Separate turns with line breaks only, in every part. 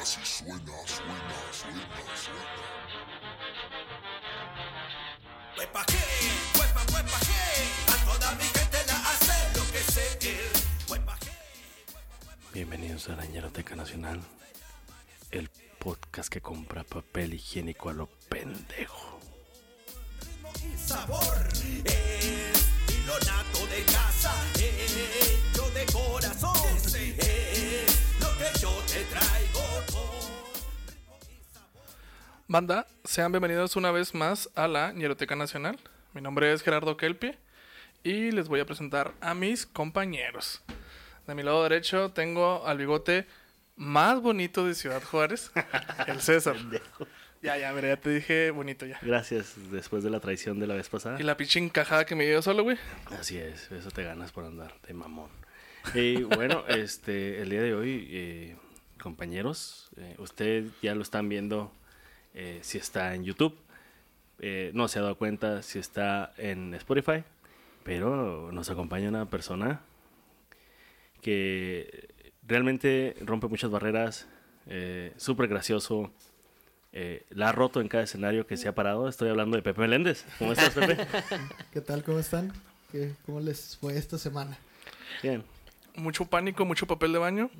así suena, suena, suena, suena.
Huepa que, huepa, huepa que, pues a toda mi gente la hace lo que Pues sé. Huepa que.
Bienvenidos a la Ñeroteca Nacional, el podcast que compra papel higiénico a lo pendejo.
Ritmo y sabor es nato de casa, eh, yo de corazón, eh, lo que yo te traigo
Banda, sean bienvenidos una vez más a la Ñeroteca Nacional. Mi nombre es Gerardo Kelpie y les voy a presentar a mis compañeros. De mi lado derecho tengo al bigote más bonito de Ciudad Juárez, el César. Ya, ya, mira, ya te dije bonito ya.
Gracias, después de la traición de la vez pasada.
Y la pinche encajada que me dio solo, güey.
Así es, eso te ganas por andar de mamón. Y bueno, este, el día de hoy, eh, compañeros, eh, ustedes ya lo están viendo eh, si está en YouTube. eh, no se ha dado cuenta si está en Spotify, pero nos acompaña una persona que realmente rompe muchas barreras, eh, súper gracioso, eh, la ha roto en cada escenario que se ha parado. Estoy hablando de Pepe Meléndez. ¿Cómo estás, Pepe?
¿Qué tal? ¿Cómo están? ¿Qué, ¿Cómo les fue esta semana?
Bien.
Mucho pánico, mucho papel de baño.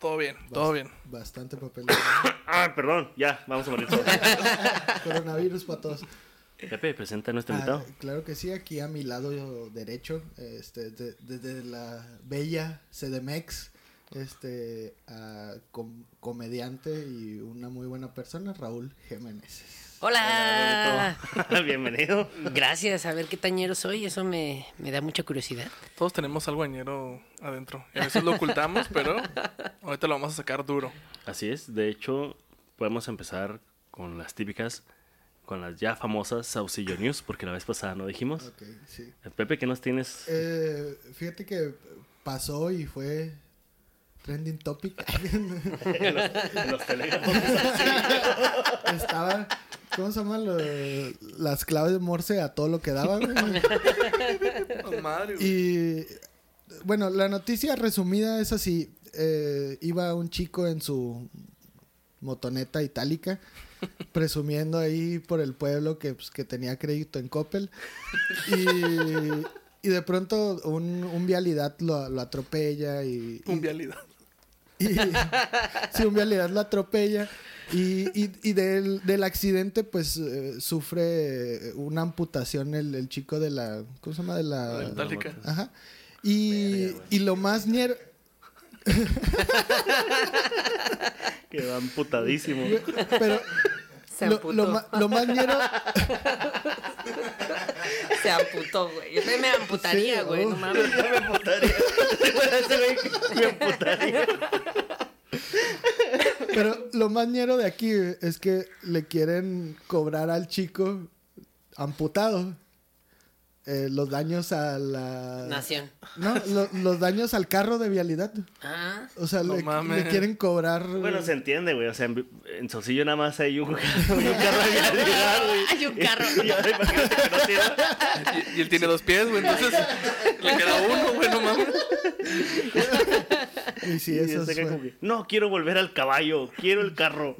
Todo bien, Bast todo bien.
Bastante papel de baño.
ah, perdón, ya, vamos a morir todos.
Coronavirus para todos.
Pepe, presenta a nuestro invitado.
Ah, claro que sí, aquí a mi lado yo derecho, este, desde de, de la bella CDMX este uh, com comediante y una muy buena persona, Raúl Jiménez.
Hola.
Hola Ah. Bienvenido.
Gracias, a ver qué tañero soy, eso me, me da mucha curiosidad.
Todos tenemos algo añero adentro. Y a veces lo ocultamos, pero ahorita lo vamos a sacar duro.
Así es, de hecho, podemos empezar con las típicas con las ya famosas Saucillo News, porque la vez pasada no dijimos.
Okay, sí.
Pepe, ¿qué nos tienes?
Eh, fíjate que pasó y fue trending topic.
los, los
Estaba, ¿cómo se llaman? Las claves de Morse a todo lo que daban. y bueno, la noticia resumida es así. Eh, iba un chico en su motoneta itálica presumiendo ahí por el pueblo que, pues, que tenía crédito en Coppel y y de pronto un, un vialidad lo, lo atropella y,
y... Un vialidad.
Y, sí, un vialidad lo atropella y, y, y del, del accidente pues eh, sufre una amputación el, el, chico de la... ¿Cómo se llama? De la...
De la
Ajá. Y, Verga, y lo más ñero...
Quedó amputadísimo.
Pero...
Se
lo, lo, ma, lo más ñero...
se amputó, güey. Yo también me amputaría, güey. Sí, no mames.
Yo me amputaría. me amputaría.
Pero lo más ñero de aquí es que le quieren cobrar al chico amputado. Eh, los daños a la...
Nación.
No, lo, los daños al carro de vialidad.
Ah.
O sea, no le, le, quieren cobrar...
Bueno, se entiende, güey. O sea, en, en Saucillo nada más hay un, un carro de vialidad, güey.
Hay un carro.
Y, y, ahora imagínate que no
tiene... Ah, y, y él tiene dos pies, güey. Entonces le queda uno, güey. No mames.
Y sí, eso
es que, no, quiero volver al caballo, quiero el carro.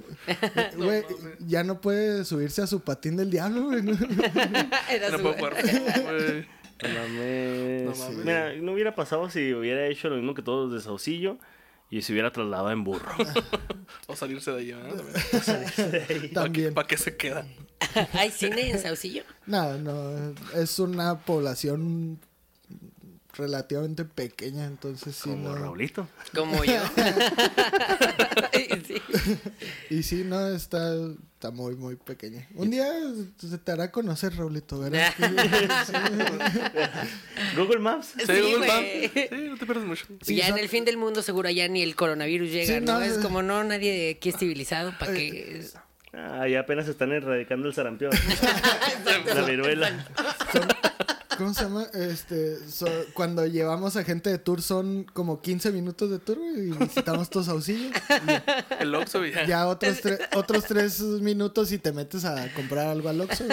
Güey, no, ya no puede subirse a su patín del diablo, güey.
Era
no
su...
puede jugar. güey.
No mames. No mames. Mira, no hubiera pasado si hubiera hecho lo mismo que todos de Saucillo y se hubiera trasladado en burro.
o salirse de ahí, ¿verdad?
También. También.
¿Para qué se quedan?
¿Hay cine en Saucillo?
No, no. Es una población relativamente pequeña, entonces sí.
Como
no...
Raulito.
Como yo.
sí. Y sí, no, está, está muy, muy pequeña. Un día se te hará conocer, Raulito, ¿verdad?
Google Maps.
Sí, sí Google Maps. Sí, no te pierdas mucho. Sí,
ya son... en el fin del mundo seguro ya ni el coronavirus llega, ¿no? no es eh... como no, nadie aquí es civilizado, ¿para qué?
Ah, ya apenas están erradicando el sarampión. la viruela.
¿Cómo se llama? Este, so, cuando llevamos a gente de tour son como 15 minutos de tour y visitamos tus auxilios.
El Oxxo ya.
Ya otros, tre otros tres minutos y te metes a comprar algo al Oxxo.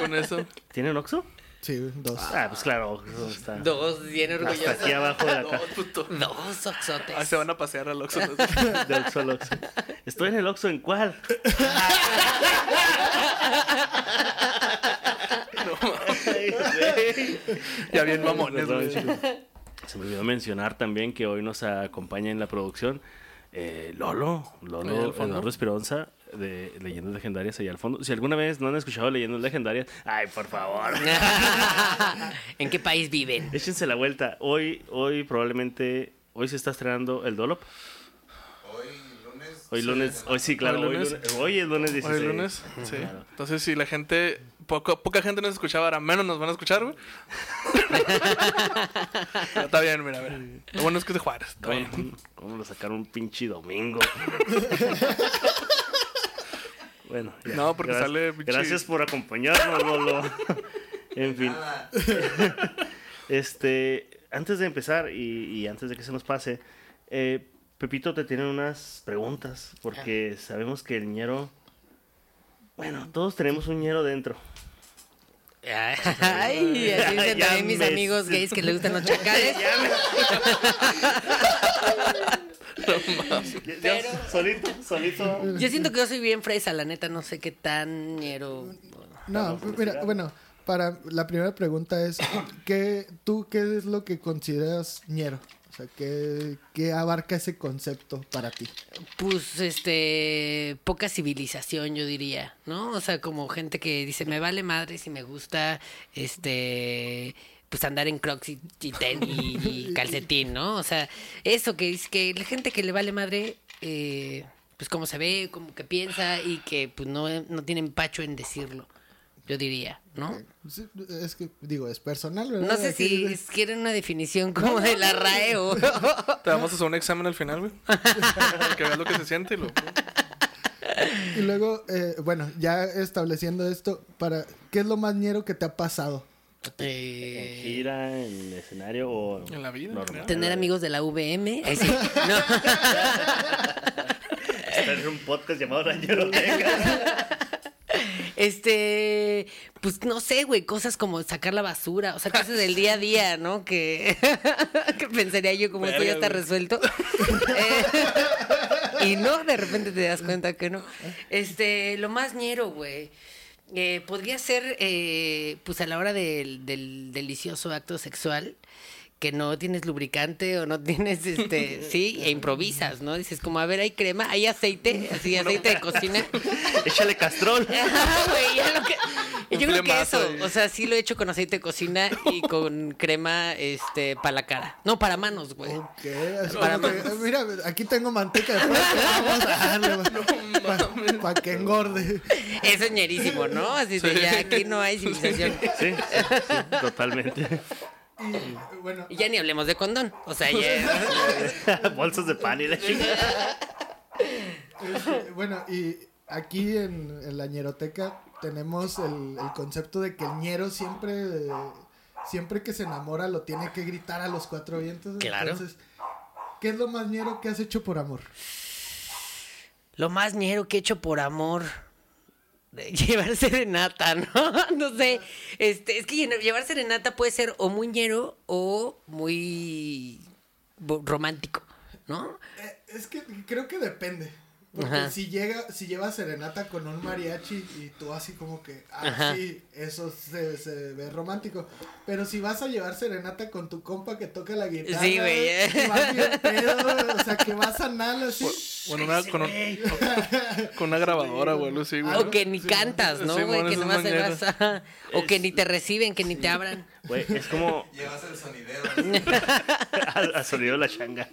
con eso.
¿Tienen Oxxo?
Sí, dos.
Ah, pues claro, eso está.
Dos, bien orgullosos.
Hasta aquí abajo de la
No,
caja.
puto.
Dos oxotes.
Ahí se van a pasear al Oxxo.
De Oxxo al Oxxo. Estoy en el Oxxo, ¿en cuál? Ay, güey.
ya bien mamones,
Perdón,
güey.
chicos. Se me olvidó mencionar también que hoy nos acompaña en la producción eh, Lolo,
Ahí al
Lolo
fondo.
Eduardo Espironza de Leyendas Legendarias ahí al fondo. Si alguna vez no han escuchado Leyendas Legendarias, ay, por favor.
¿En qué país viven?
Échense la vuelta. Hoy, hoy probablemente, hoy se está estrenando el Dolop. Hoy lunes. Hoy lunes, hoy sí, claro.
Hoy
Hoy,
lunes.
lunes- hoy es lunes 16.
Hoy lunes, sí. Entonces, si la gente, poco, poca gente nos escuchaba, ahora menos nos van a escuchar, güey. Pero está bien, mira, a ver. Lo bueno es que es de Juárez, está bien.
¿Cómo, cómo lo sacaron un pinche domingo? bueno. ya.
No, porque
Gracias-
sale pinche-
Gracias por acompañarnos, Lolo. en fin. este, antes de empezar y, y antes de que se nos pase, eh, Pepito te tiene unas preguntas porque sabemos que el ñero... Bueno, todos tenemos un ñero dentro.
Ay, así dicen
Ya
también mis
me-
amigos gays que les gustan los chacales.
Ya- ya,
Pero-
solito, solito.
Yo siento que yo soy bien fresa, la neta, no sé qué tan ñero.
No, mira, bueno, para la primera pregunta es, ¿qué, ¿tú qué es lo que consideras ñero? O sea, ¿qué, qué abarca ese concepto para ti?
Pues, este, poca civilización, yo diría, ¿no? O sea, como gente que dice, me vale madre si me gusta, este, pues andar en crocs y, y ten- y- y calcetín, ¿no? O sea, eso que es que la gente que le vale madre, eh, pues cómo se ve, cómo que piensa y que pues no, no tienen pacho en decirlo, yo diría, ¿no?
Sí, Es que, digo, es personal, ¿verdad?
No sé
Aquí-
si quieren una definición como de la RAE o...
Te vamos a hacer un examen al final, güey. que veas lo que se siente y lo.
Y luego, eh, bueno, ya estableciendo esto, para ¿qué es lo más ñero que te ha pasado?
En
Eh,
gira, en escenario o...
En la vida, en
normal.
general.
Tener amigos de la VM. Ay, sí. No.
Estar en un podcast llamado La Ñeroteca.
Este, pues no sé, güey, cosas como sacar la basura, o sea, cosas del día a día, ¿no? Que, que pensaría yo como esto ya
Verga,
está
güey.
resuelto. Eh, y no, de repente te das cuenta que no. Este, lo más ñero, güey. eh, podría ser, eh, pues a la hora del, del delicioso acto sexual, que no tienes lubricante o no tienes, este, sí, e improvisas, ¿no? Dices como, a ver, hay crema, hay aceite, así, aceite de cocina.
Échale castrol.
Ajá, güey, ya lo que-
Un
Yo creo que
flemazo
eso,
ahí.
o sea, sí lo he hecho con aceite de cocina y con crema este para la cara. No, para manos, güey.
Ok, así
Pues, Para
como que,
más.
"Eh, mira, aquí tengo manteca de puerco, vamos a darle para que engorde.
Eso es ñerísimo, ¿no? Así de
Sí.
ya aquí no hay civilización.
Sí, sí, sí, totalmente.
Y, bueno,
Y ya ni hablemos de condón. O sea, ya.
Bolsas de pan y de
este, bueno, y aquí en, en la ñeroteca tenemos el, el concepto de que el ñero siempre, eh, siempre que se enamora lo tiene que gritar a los cuatro vientos.
Claro.
Entonces, ¿qué es lo más ñero que has hecho por amor?
Lo más ñero que he hecho por amor. de Llevar serenata, ¿no? No sé. Este, es que llena- llevar serenata puede ser o muy ñero o muy bo- romántico, ¿no?
Eh, es que creo que depende. Porque
Ajá.
si llega, si lleva serenata con un mariachi y tú así como que, ah,
Ajá.
sí, eso se, se ve romántico. Pero si vas a llevar serenata con tu compa que toca la guitarra.
Sí, güey, eh.
y vas bien pedo, o sea, que vas a nada así.
Bueno, una, con, un- con una grabadora, güey, algo así, güey.
O Ah, que ni cantas, ¿no,
Sí,
güey?
bueno,
que
eso es
nomás se
mañana.
vas a- O que ni te reciben, que ni te abran.
Güey, es como
Llevas el sonidero.
al, al sonido de la changa.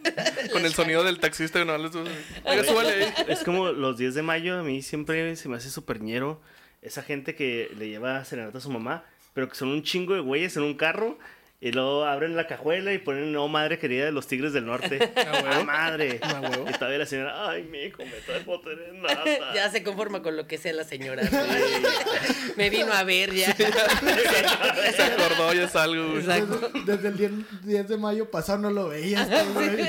Con el sonido del taxista y no les. Oiga, súbale eh. ahí.
Es como los 10 de mayo, a mí siempre se me hace súper ñero esa gente que le lleva serenata a su mamá, pero que son un chingo de güeyes en un carro y luego abren la cajuela y ponen no madre querida de los tigres del norte.
huevo.
¡Ah, madre!
Ah, huevo.
Y todavía la señora, ay, mi hijo, me trae por serenata.
ya se conforma con lo que sea la señora. güey. Me vino a ver ya.
Se acordó, ya es algo, güey.
Exacto.
Desde, desde el 10, 10 de mayo pasado no lo veías. tú, güey.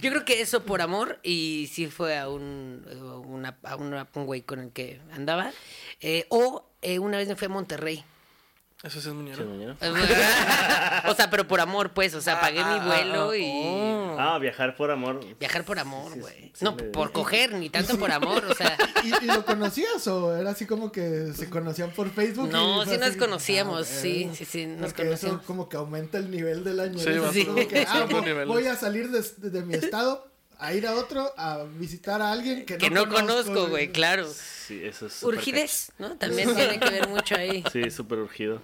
Yo creo que eso por amor y sí fue a un, a una- a una- un güey con el que andaba. Eh, o eh, una vez me fui a Monterrey.
Eso sí es muñero.
¿Sí, mañana?
o sea, pero por amor, pues. O sea, pagué mi vuelo y.
Ah, viajar por amor.
Viajar por amor,
ah, sí,
güey.
sí
no,
le-
por coger, ni tanto por amor, o sea.
¿Y, y lo conocías o era así como que se conocían por Facebook? y
No,
fue
sí nos
así?
conocíamos,
Ah,
sí,
bueno.
sí, sí, nos
Porque eso
conocíamos.
como que aumenta el nivel del año.
Sí,
va
Es como
subiendo-
que, ah,
subiendo
voy-
niveles.
voy a salir de, de mi estado a ir a otro a visitar a alguien que,
Que no conozco, güey, claro.
Sí, eso es. súper
Urgidez, ¿no? También tiene que ver mucho ahí.
cacho. Sí, súper urgido.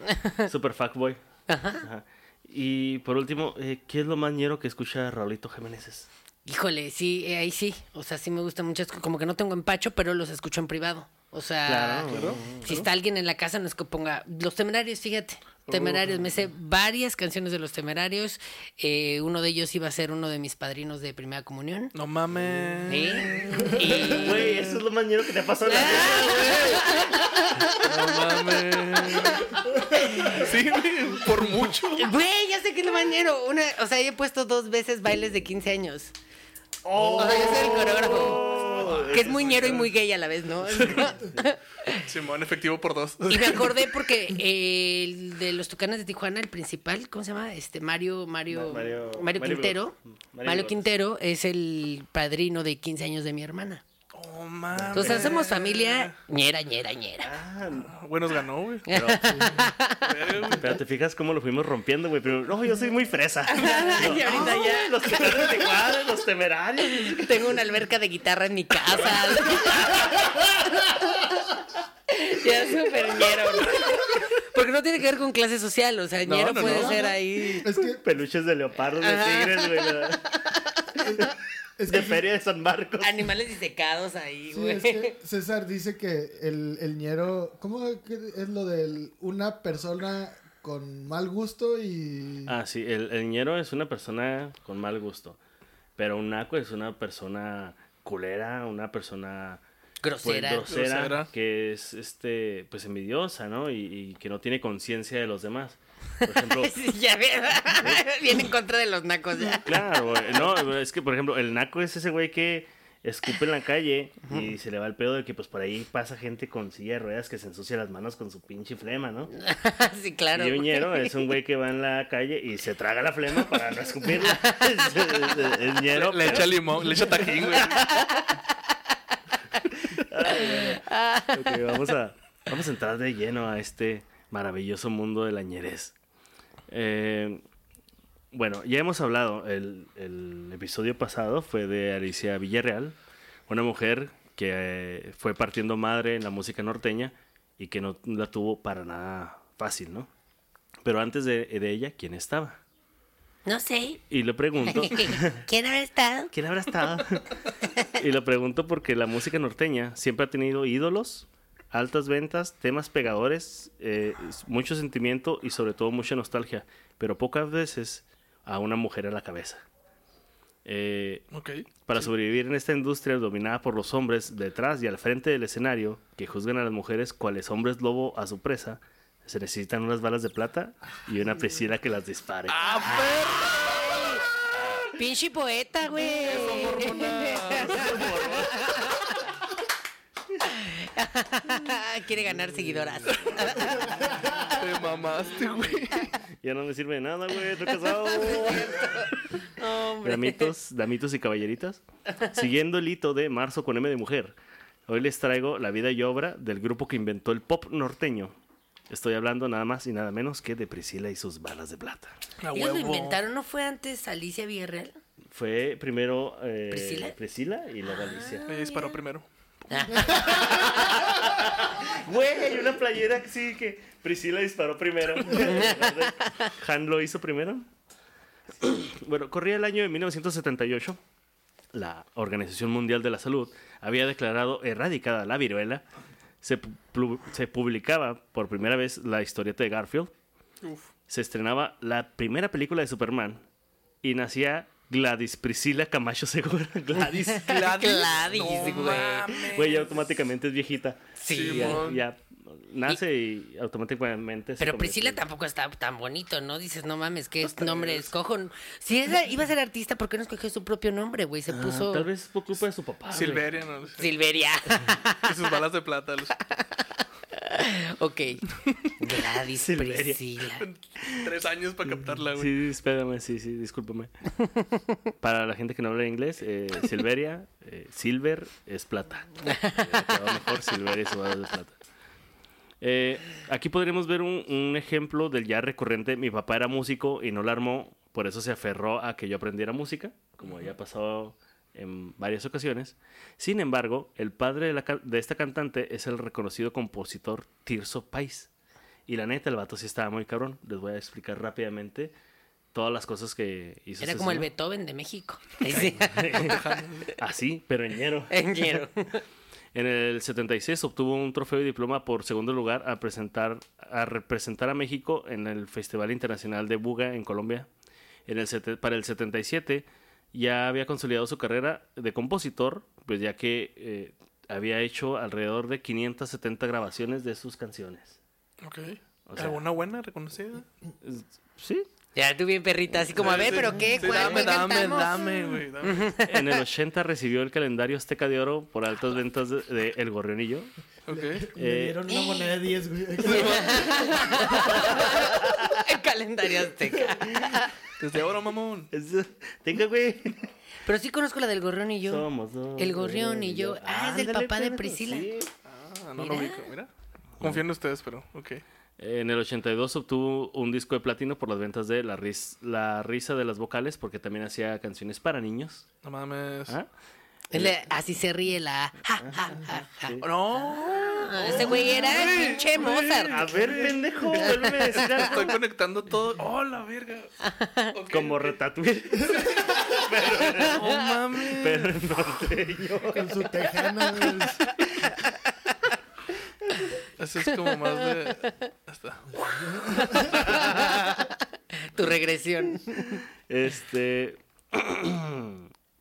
Súper fuckboy. Ajá. Y por último, eh, ¿qué es lo más ñero que escucha Raulito Jiménez?
Híjole, sí, eh, ahí sí. O sea, sí me gusta mucho. Como que no tengo empacho, pero los escucho en privado. O sea,
Claro, claro,
si está alguien en la casa, no es que ponga. Los temerarios, fíjate.
Uh.
Temerarios, me sé varias canciones de los temerarios. Eh, uno de ellos iba a ser uno de mis padrinos de primera comunión.
No
Mm.
mames.
¿Sí? Y-
Güey, eso es lo más ñero que te ha pasado en la
Ah,
vida.
No mames. Sí, güey, por mucho.
Güey, ya sé que es lo bañero. Una, o sea, yo he puesto dos veces bailes de 15 años. O sea, yo soy el
Oh,
coreógrafo. Que es muy ñero y muy gay a la vez, ¿no?
Simón, efectivo por dos.
y me acordé porque eh, el de los Tucanes de Tijuana, el principal, ¿cómo se llama? Este Mario, Mario,
Ma- Mario-
Mario,
Mario
Quintero.
Bigotes. Mario
Mario,
Bigotes.
Quintero es el padrino de 15 años de mi hermana.
Oh, mames.
Entonces hacemos familia ñera, ñera, ñera.
Ah,
Buenos ganó, güey.
pero,
Ah.
pero te fijas cómo lo fuimos rompiendo, güey. Pero no, yo soy muy fresa.
Y ahorita
Ah, No,
ya.
Los temerarios de Tijuana, los temerarios.
Tengo una alberca de guitarra en mi casa. ya es súper ñero. ¿no? Porque no tiene que ver con clase social, o sea,
No,
ñero
no,
puede
no.
ser ahí.
Es que,
Peluches de leopardo, de tigres, güey. la-
es
De
que,
Feria de San Marcos.
Animales disecados ahí,
sí,
güey.
es que César dice que el, el ñero... ¿Cómo que es lo de una persona con mal gusto y...
Ah, sí, el, el ñero es una persona con mal gusto. Pero un naco es una persona culera, una persona pues,
Grosera.
grosera,
Grosera.
que es este, pues envidiosa, ¿no? Y, y que no tiene conciencia de los demás. Por ejemplo,
Sí, ya ves. Viene en contra de los nacos. ya.
claro, güey, no, es que por ejemplo, el naco es ese güey que escupe en la calle y se le va el pedo de que pues por ahí pasa gente con silla de ruedas que se ensucia las manos con su pinche flema, ¿no?
sí, claro.
Y un ñero es un güey que va en la calle y se traga la flema para no escupirla. Es, es- es- es ñero.
Le
pero-
echa limón, le echa tajín, güey.
Ok, vamos a, vamos a entrar de lleno a este maravilloso mundo de la ñerez. Eh, bueno, ya hemos hablado, el, el episodio pasado fue de Alicia Villarreal, una mujer que eh, fue partiendo madre en la música norteña y que no la tuvo para nada fácil, ¿no? Pero antes de, de ella, ¿quién estaba?
No sé.
Y le pregunto...
¿Quién habrá estado?
¿Quién habrá estado? y lo pregunto porque la música norteña siempre ha tenido ídolos, altas ventas, temas pegadores, eh, s- mucho sentimiento y sobre todo mucha nostalgia, pero pocas veces a una mujer a la cabeza. Eh,
Ok.
para sobrevivir en esta industria dominada por los hombres detrás y al frente del escenario, que juzgan a las mujeres cuales hombres lobo a su presa, se necesitan unas balas de plata y una piscina que las dispare.
Pinche poeta, güey. Quiere ganar seguidoras.
Te mamaste, güey.
Ya no me sirve de nada, güey, estoy casado. Damitos, damitos y caballeritas. Siguiendo el hito de marzo con M de mujer, hoy les traigo la vida y obra del grupo que inventó el pop norteño. Estoy hablando nada más y nada menos que de Priscila y sus balas de plata.
La
Ellos lo
huevo.
inventaron, ¿no fue antes Alicia Villarreal?
Fue primero eh,
¿Priscila?
Priscila y luego Alicia.
Me disparó primero.
Güey, hay una playera que sí que Priscila disparó primero. Han lo hizo primero. Bueno, corría el año de 1978. La Organización Mundial de la Salud había declarado erradicada la viruela. Se, pu- se publicaba por primera vez la historieta de Garfield. Se estrenaba la primera película de Superman. Y nacía Gladys Priscila Camacho Segura. Gladys.
Gladys.
Gladys, güey.
mames.
Güey, ya automáticamente es viejita.
Sí.
Ya-
Simón.
ya nace y, automáticamente se
Pero
convierte
Priscila
en-
tampoco está tan bonito, ¿no? Dices, no mames, ¿qué nombre escojo? Si era- iba a ser artista, ¿por qué no escogió su propio nombre, güey? Se puso
Ah, Tal vez por culpa de su papá. güey.
Silveria, no lo sé.
Silveria.
Y sus balas de plata. los-
Ok. Gladys
Silveria.
Priscila.
Tres años para captarla, güey.
Sí, sí, espérame, sí, sí, discúlpame. Para la gente que no habla inglés, eh, Silveria, eh, silver es plata. Eh, quedó mejor, Silveria es igual de plata. Eh, aquí podríamos ver un, un ejemplo del ya recurrente. Mi papá era músico y no la armó, por eso se aferró a que yo aprendiera música, como ya ha pasado en varias ocasiones. Sin embargo, el padre de, la ca- de esta cantante es el reconocido compositor Tirso Pais. Y la neta, el vato sí estaba muy cabrón. Les voy a explicar rápidamente todas las cosas que hizo.
Era
este
como el
señor.
Beethoven de México. Ahí sí.
Así, pero en ñero.
Ñero.
En el 76 obtuvo un trofeo y diploma por segundo lugar a, presentar, a representar a México en el Festival Internacional de Buga en Colombia. En el sete- para el 77 ya había consolidado su carrera de compositor, pues ya que eh, había hecho alrededor de 570 grabaciones de sus canciones.
Ok.
O sea-
¿Alguna buena reconocida?
Sí,
Ya tú bien perrita, así como, a ver,
Sí,
pero
sí,
qué,
sí,
¿Cuál?
Dame,
¿Cuál
dame,
cantamos?
dame, güey. dame.
En el 80 recibió el calendario Azteca de Oro por altas ventas de, de El Gorrionillo.
Ok.
Le
Eh,
dieron una moneda de 10, güey.
El calendario azteca.
Desde ahora, mamón.
Es- Tenga, güey.
Pero sí conozco la del gorrión y yo.
Somos dos.
El gorrión y yo. Ah, es del
Ándale,
papá de
perro,
Priscila.
sí.
Ah, no lo ubico, mira. Confío en ustedes, pero ok.
En el 82 obtuvo un disco de platino por las ventas de La, Ris- La Risa de las Vocales, porque también hacía canciones para niños.
No mames.
¿Ah?
Le- así se ríe la. Ja, ja, ja, ja.
No.
Ah, Ese güey era el pinche
A
Mozart.
ver, pendejo, vuélveme a decir algo.
Estoy conectando todo. ¡Oh, la verga! Ok.
Como Ratatouille,
No mames.
pero en norteño.
Con su tejana, güey.
Eso es como más de. Ah,
Tu regresión.
Este.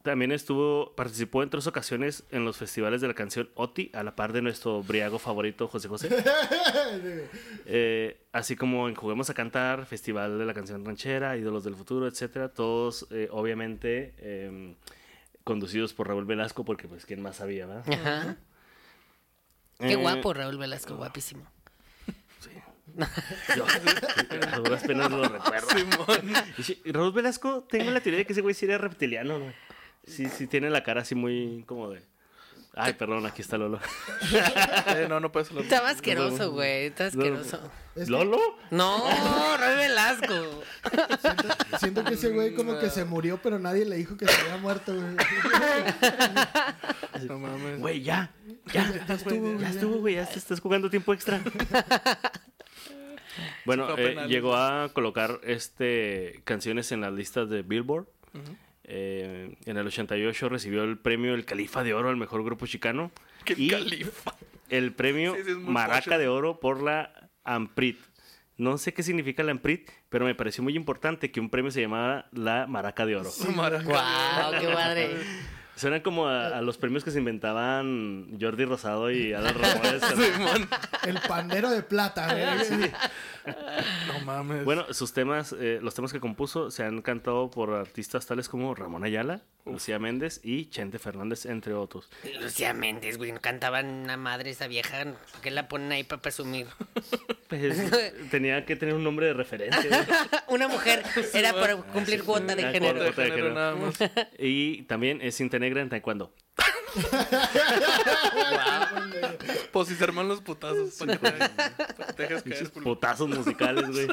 También estuvo, participó en tres ocasiones en los festivales de la canción Oti, a la par de nuestro briago favorito José José. Eh, así como en Juguemos a Cantar, Festival de la Canción Ranchera, Ídolos del Futuro, etcétera. Todos, eh, obviamente, eh, conducidos por Raúl Velasco, porque pues quién más sabía, ¿verdad?
Ajá. Qué
Eh,
guapo Raúl Velasco, guapísimo.
yo- a duras penas lo recuerdo. Y sí, y Raúl Velasco, tengo la teoría de que ese güey sí era reptiliano, güey. Sí, sí, tiene la cara así muy como de. Ay, perdón, aquí está Lolo.
Eh, no, no puedes hablar.
Estaba asqueroso, güey. Estaba asqueroso.
¿Lolo?
No, Raúl Velasco.
Siento, siento que ese güey como que se murió, pero nadie le dijo que se había muerto, güey.
No mames.
Güey, ya. Ya, ya
estuvo,
estuvo,
güey,
ya estuvo, güey. Ya te estás jugando tiempo extra.
Se
bueno,
fue a
eh,
penales.
llegó a colocar este canciones en las listas de Billboard. Eh, en el 88 recibió el premio El Califa de Oro al mejor grupo chicano.
Qué
y
califa.
el premio
Sí, sí, es muy
Maraca
pocho.
de Oro por la Amprit. No sé qué significa la Amprit, pero me pareció muy importante que un premio se llamara la Maraca de Oro.
Guau, qué padre.
Suena como a, a los premios que se inventaban Jordi Rosado y Alan Ramones.
Simón.
El pandero de plata, güey.
No mames.
Bueno, sus temas, eh, los temas que compuso se han cantado por artistas tales como Ramón Ayala, Lucía Méndez y Chente Fernández, entre otros.
Lucía Méndez, güey. Cantaban una madre esa vieja. ¿Por qué la ponen ahí para presumir?
Pues, tenía que tener un nombre de referencia. ¿no?
Una mujer era para cumplir cuota de
una
Otra
género.
de
otra de
género
género.
nada más.
Y también es cinta negra en taekwondo.
Pues si se arman los putazos. pa' que- pa' que te dejes caer,
Pinches
culo.
Potazos musicales, güey.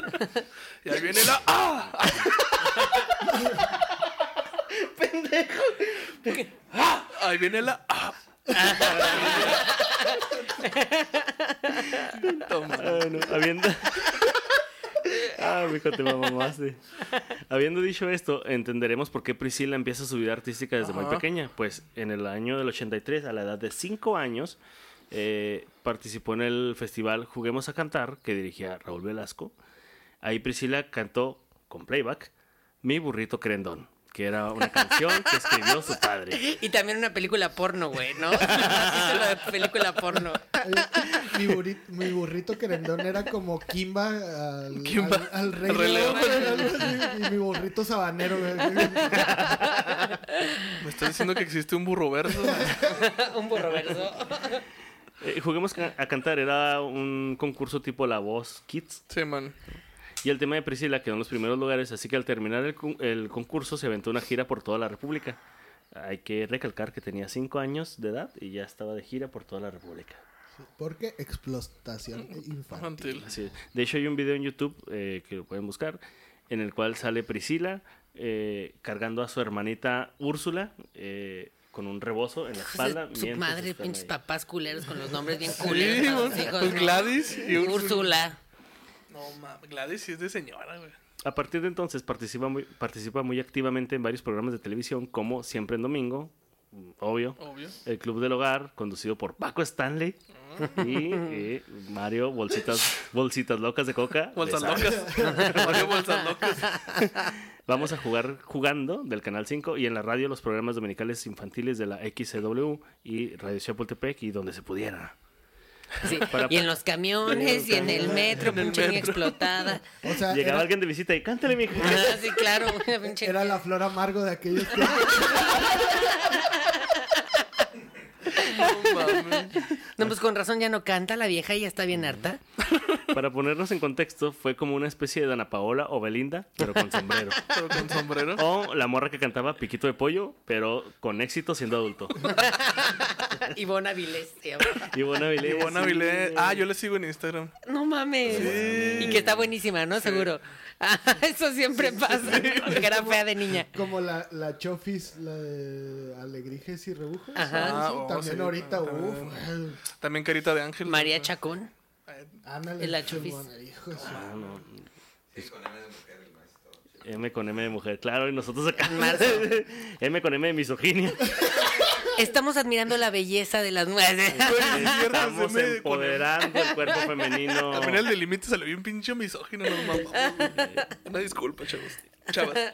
Y ahí viene la. ¡Ah! ¡Pendejo! Ahí viene la. ¡Ah! Toma.
Ay, no, habiendo... Ah, mijo, te me mamaste. Habiendo dicho esto, entenderemos por qué Priscila empieza su vida artística desde muy
Ajá.
pequeña. Pues en el año del 83, a la edad de 5 años, eh, participó en el festival Juguemos a Cantar, que dirigía Raúl Velasco. Ahí Priscila cantó con playback Mi burrito crendón, que era una canción que escribió su padre.
Y también una película porno, güey, ¿no? Una película porno.
Oye, Mi, burri- mi burrito querendón era como Kimba al,
Kimba.
al- al rey.
Al rey
León,
León.
güey, algo así. Y mi burrito sabanero, güey.
Me estás diciendo que existe un burro verso.
Un burro verso.
Eh, juguemos ca- a cantar, era un concurso tipo La Voz Kids.
Sí, man.
Y el tema de Priscila quedó en los primeros lugares, así que al terminar el, con- el concurso se aventó una gira por toda la República. Hay que recalcar que tenía 5 años de edad y ya estaba de gira por toda la República.
Porque explotación infantil.
Infantil.
Así es. De hecho, hay un video en YouTube eh, que lo pueden buscar, en el cual sale Priscila eh, cargando a su hermanita Úrsula eh, con un rebozo en la
Hijos de
espalda.
Su
mientras
madre,
están
pinches
ahí.
papás culeros con los nombres bien culeros.
Sí,
para
man.
los hijos,
Pues
¿no?
Gladys y Úrsula.
Úrsula.
No, mames. Gladys sí es de señora, güey.
A partir de entonces participa muy, participa muy activamente en varios programas de televisión, como Siempre en Domingo, mm, obvio,
Obvio.
El Club del Hogar, conducido por Paco Stanley y eh, Mario Bolsitas, Bolsitas Locas de Coca.
Bolsas
de Sal.
locas. Mario Bolsas locas.
Vamos a jugar jugando del Canal 5 y en la radio los programas dominicales infantiles de la XCW y Radio Chapultepec y donde se pudiera.
Sí,
Para-
Y en los camiones y en el metro,
En el
pinche bien
metro.
explotada.
O sea,
Llegaba
era,
alguien de visita y cántale, mija.
Ah, sí, claro. una pinche-
era la flor amargo de aquellos que...
No mames.
No, pues con razón ya no canta la vieja y ya está bien harta.
Para ponernos en contexto, fue como una especie de Dana Paola o Belinda, pero con sombrero.
Pero con sombrero.
O la morra que cantaba Piquito de Pollo, pero con éxito siendo adulto.
Ivona Vilés. se llama.
Ivonne Avilés.
Ivonne Avilés.
sí.
Ah, yo le sigo en Instagram.
No mames. Y que está buenísima, ¿no? Seguro. Ah, eso siempre pasa. Que era fea de niña.
Como la, la Chofis, la de Alegrijes y Rebujos.
Ajá.
Ah,
Ah, oh,
también
sí,
ahorita,
también.
uff.
También Carita de Ángel.
María Chacón.
Ándale.
Y la
Simón,
Chofis.
hijo de su-
Ah, no. M con M de mujer, claro, y nosotros acá.
Marzo.
M con M de misoginia.
Estamos admirando la belleza de las nueve.
Estamos empoderando el cuerpo femenino.
También el de límite salió bien pinche misógino, no mames. Una disculpa, chavos. Chavas.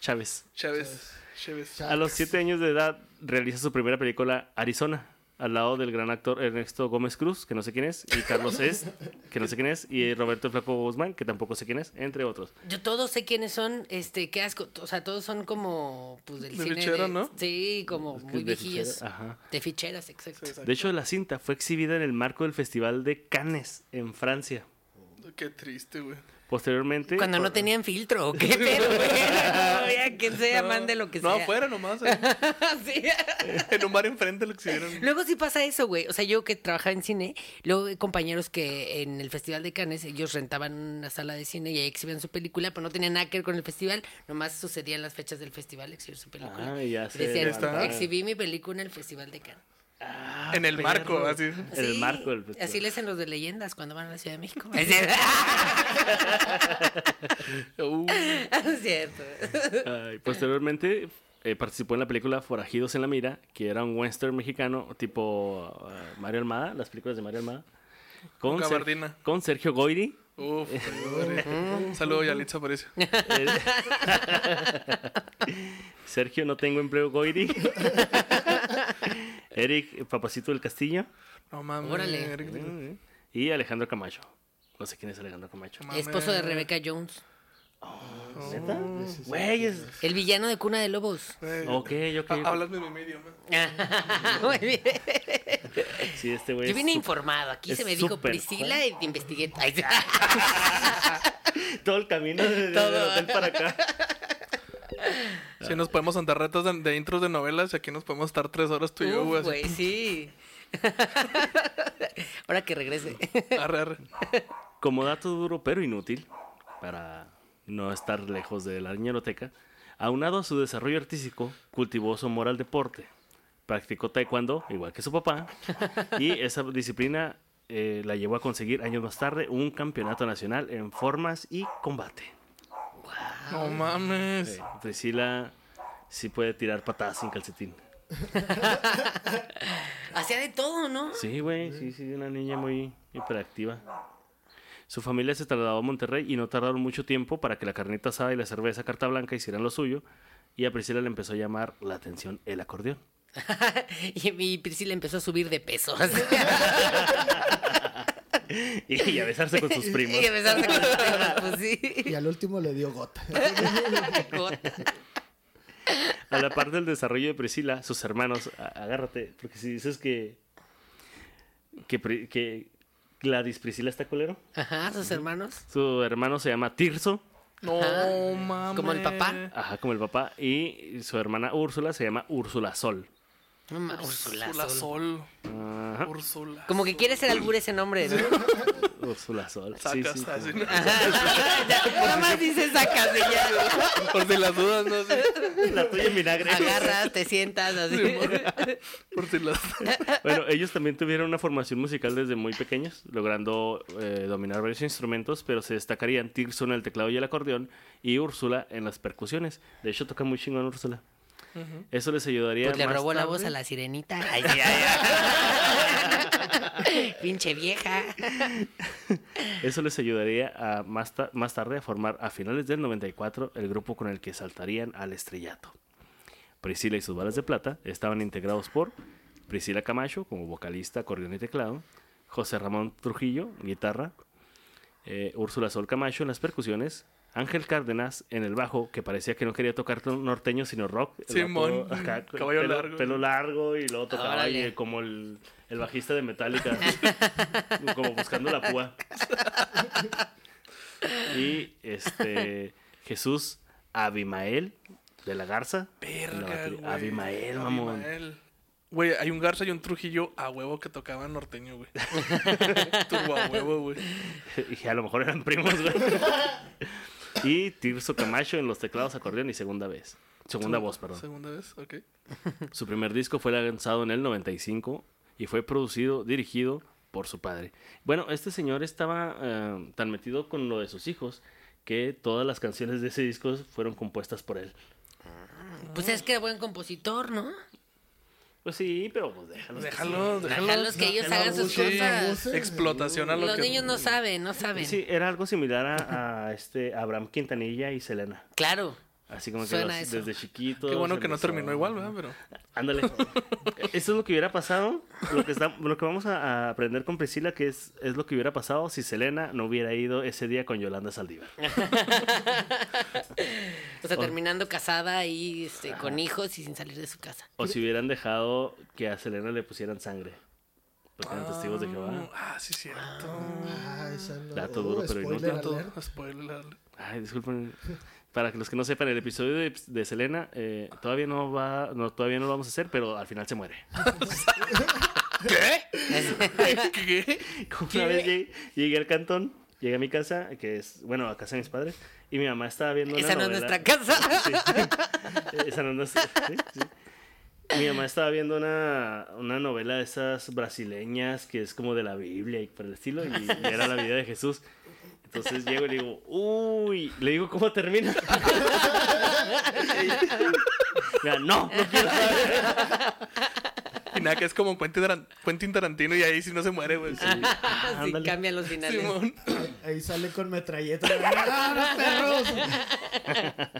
Chávez.
Chávez. Chávez.
A los siete años de edad realiza su primera película, Arizona, al lado del gran actor Ernesto Gómez Cruz, que no sé quién es, y Carlos Es, que no sé quién es, y Roberto Flaco Guzmán, que tampoco sé quién es, entre otros.
Yo todos sé quiénes son, este, qué asco. O sea, todos son como, pues, del
De
cine.
fichera,
de-
¿no?
Sí, como
que
muy
de
viejillos.
fichera, ajá.
De ficheras, exacto.
De hecho, la cinta fue exhibida en el marco del Festival de Cannes, en Francia.
Qué triste, güey.
Posteriormente...
Cuando no tenían filtro, ¿o ¿qué pedo? güey? No, ya, quien sea, mande lo que
no,
sea.
afuera nomás. eh.
Sí.
En un bar enfrente lo exhibieron.
Luego sí pasa eso, güey. O sea, yo que trabajaba en cine, luego hay compañeros que en el Festival de Cannes, ellos rentaban una sala de cine y ahí exhibían su película, pero no tenían nada que ver con el festival. Nomás sucedían las fechas del festival exhibir su película.
Ah, ya
Y
sé.
Decían,
Está.
exhibí mi película en el Festival de Cannes.
Ah,
En el
perro.
marco, así.
En el
Sí,
marco del festival.
Así le hacen los de leyendas cuando van a la Ciudad de México.
Uh,
Es cierto.
Ay, posteriormente eh, participó en la película Forajidos en la Mira, que era un western mexicano tipo ah, Mario Almada, las películas de Mario Almada, con,
Con
Ser-
Gabardina.
con Sergio Goyri.
uf, madre. Saludo Yalitza Aparicio.
Eh, Sergio, no tengo empleo Goyri. Eric, Papacito del Castillo.
No mames.
Órale.
Eric,
Y Alejandro Camacho. No sé quién es Alejandro Camacho.
Mames.
Esposo de Rebeca Jones.
¿Neta? Mm. Güey, es- Ah,
El villano de Cuna de Lobos.
Eh,
Ok, ok.
ha- Hablas mi mismo idioma.
Muy bien.
Sí, este güey
Yo
es
vine
súper-
informado. Aquí
es
se me dijo
súper
Priscila y te investigué. Ay, sí.
Todo el camino de- de- del
Todo.
hotel para acá.
Si nos podemos andar retas de, de intros de novelas y aquí nos podemos estar tres horas tú y yo,
Uf,
güey.
güey,
así.
sí. Ahora que regrese.
Arre, arre.
Como dato duro pero inútil, para no estar lejos de la niñeroteca, aunado a su desarrollo artístico, cultivó su amor al deporte. Practicó taekwondo, igual que su papá, y esa disciplina eh, la llevó a conseguir años más tarde un campeonato nacional en formas y combate.
No mames.
Eh, Priscila sí puede tirar patadas sin calcetín.
Hacía de todo, ¿no?
Sí, güey, sí, sí, una niña muy hiperactiva. Su familia se trasladó a Monterrey y no tardaron mucho tiempo para que la carnita asada y la cerveza carta blanca hicieran lo suyo. Y a Priscila le empezó a llamar la atención el acordeón.
Y mi Priscila empezó a subir de peso. así.
Y, y a besarse con sus primos.
Y a besarse con los primos, pues sí.
Y al último le dio gota.
Gota.
A la par del desarrollo de Priscila, sus hermanos, a- agárrate, porque si dices que que, Pri- que Gladys Priscila está culero.
Ajá, sus hermanos.
Su hermano se llama Tirso,
No
Ajá.
mames.
Como el papá.
ajá, como el papá, y su hermana Úrsula se llama Úrsula Sol.
No ma- Pues, Úrsula
Úrsula
Sol.
Sol.
Ajá,
Úrsula.
Como que quiere ser albur ese nombre, ¿no?
Úrsula Sol. Sí,
Sacas
sí,
así,
como-
¿no?
Ajá. Ya, Nada más dice sacas de ya. güey.
Por si las dudas, no sé.
La tuya en vinagre.
Agarras, te sientas así.
Por si las.
Bueno, ellos también tuvieron una formación musical desde muy pequeños, logrando eh, dominar varios instrumentos, pero se destacarían Tirso en el teclado y el acordeón y Úrsula en las percusiones. De hecho, toca muy chingón Úrsula. Eso les ayudaría.
Pues le
más
robó la
tarde.
voz a la sirenita. Ay, ay, ay. Pinche vieja.
Eso les ayudaría a más, ta- más tarde a formar a finales del 94 el grupo con el que saltarían al estrellato. Priscila y sus balas de plata estaban integrados por Priscila Camacho como vocalista, acordeón y teclado, José Ramón Trujillo, guitarra, eh, Úrsula Sol Camacho en las percusiones, Ángel Cárdenas en el bajo, que parecía que no quería tocar ton- norteño sino rock. El
Simón,
vato acá con
caballo
pelo,
largo.
Pelo largo y luego tocaba
Órale.
eh, como el, el bajista de Metallica, como buscando la púa. Y este Jesús Abimael de la Garza. en la
Verga,
batería.
güey.
Abimael, mamón.
Abimael. Güey, hay un Garza y un Trujillo a huevo que tocaban norteño, güey. Turbo a huevo, güey.
Y a lo mejor eran primos, güey. y Tirso Camacho en los teclados, acordeón y segunda vez. Segunda voz, perdón.
Segunda vez, ok.
Su primer disco fue lanzado en el 95 y fue producido, dirigido por su padre. Bueno, este señor estaba eh, tan metido con lo de sus hijos que todas las canciones de ese disco fueron compuestas por él.
Pues es que era buen compositor, ¿no?
Pues sí, pero pues déjalos. que
Déjalos, déjalos.
Déjalos que ellos hagan sus
abuse,
cosas.
abuse.
Explotación a lo
Los
que...
niños no saben, no
sí.
saben.
Sí, era algo similar a, a este a Abraham Quintanilla y Selena.
Claro.
Así como que
Suena
los-
eso.
desde chiquitos.
Qué bueno que no
empezaron.
terminó igual, ¿verdad? Pero...
Ándale. Eso es lo que hubiera pasado. Lo que, está- lo que vamos a, a aprender con Priscila, que es, es lo que hubiera pasado si Selena no hubiera ido ese día con Yolanda Saldívar.
O sea, terminando casada y este, con hijos y sin salir de su casa.
O si hubieran dejado que a Selena le pusieran sangre. Porque eran testigos de Jehová.
Ah, sí, cierto.
Ah, esa no-
Dato duro,
oh,
pero
spoiler
Ah,
inútil.
Todo-
alert.
spoiler alert.
Ay, disculpen. Para que los que no sepan, el episodio de, de Selena eh, todavía no va, no, todavía no lo vamos a hacer, pero al final se muere.
¿Qué?
Una vez llegué, llegué al cantón, llegué a mi casa, que es, bueno, a casa de mis padres, y mi mamá estaba viendo una
Esa no es
novela.
nuestra casa.
Sí. Esa no nos- sí, sí. Mi mamá estaba viendo una, una novela de esas brasileñas que es como de la Biblia y por el estilo, y, y era la vida de Jesús. Entonces llego y le digo, uy, le digo cómo termina. Mira, no, no quiero saber.
Y nada, que es como Quentin Taran- Quentin Tarantino y ahí sí no se muere, güey.
sí,
ándale.
cambian los finales.
Simón.
Ahí sale con metralleta. ¡Ah, no, perros!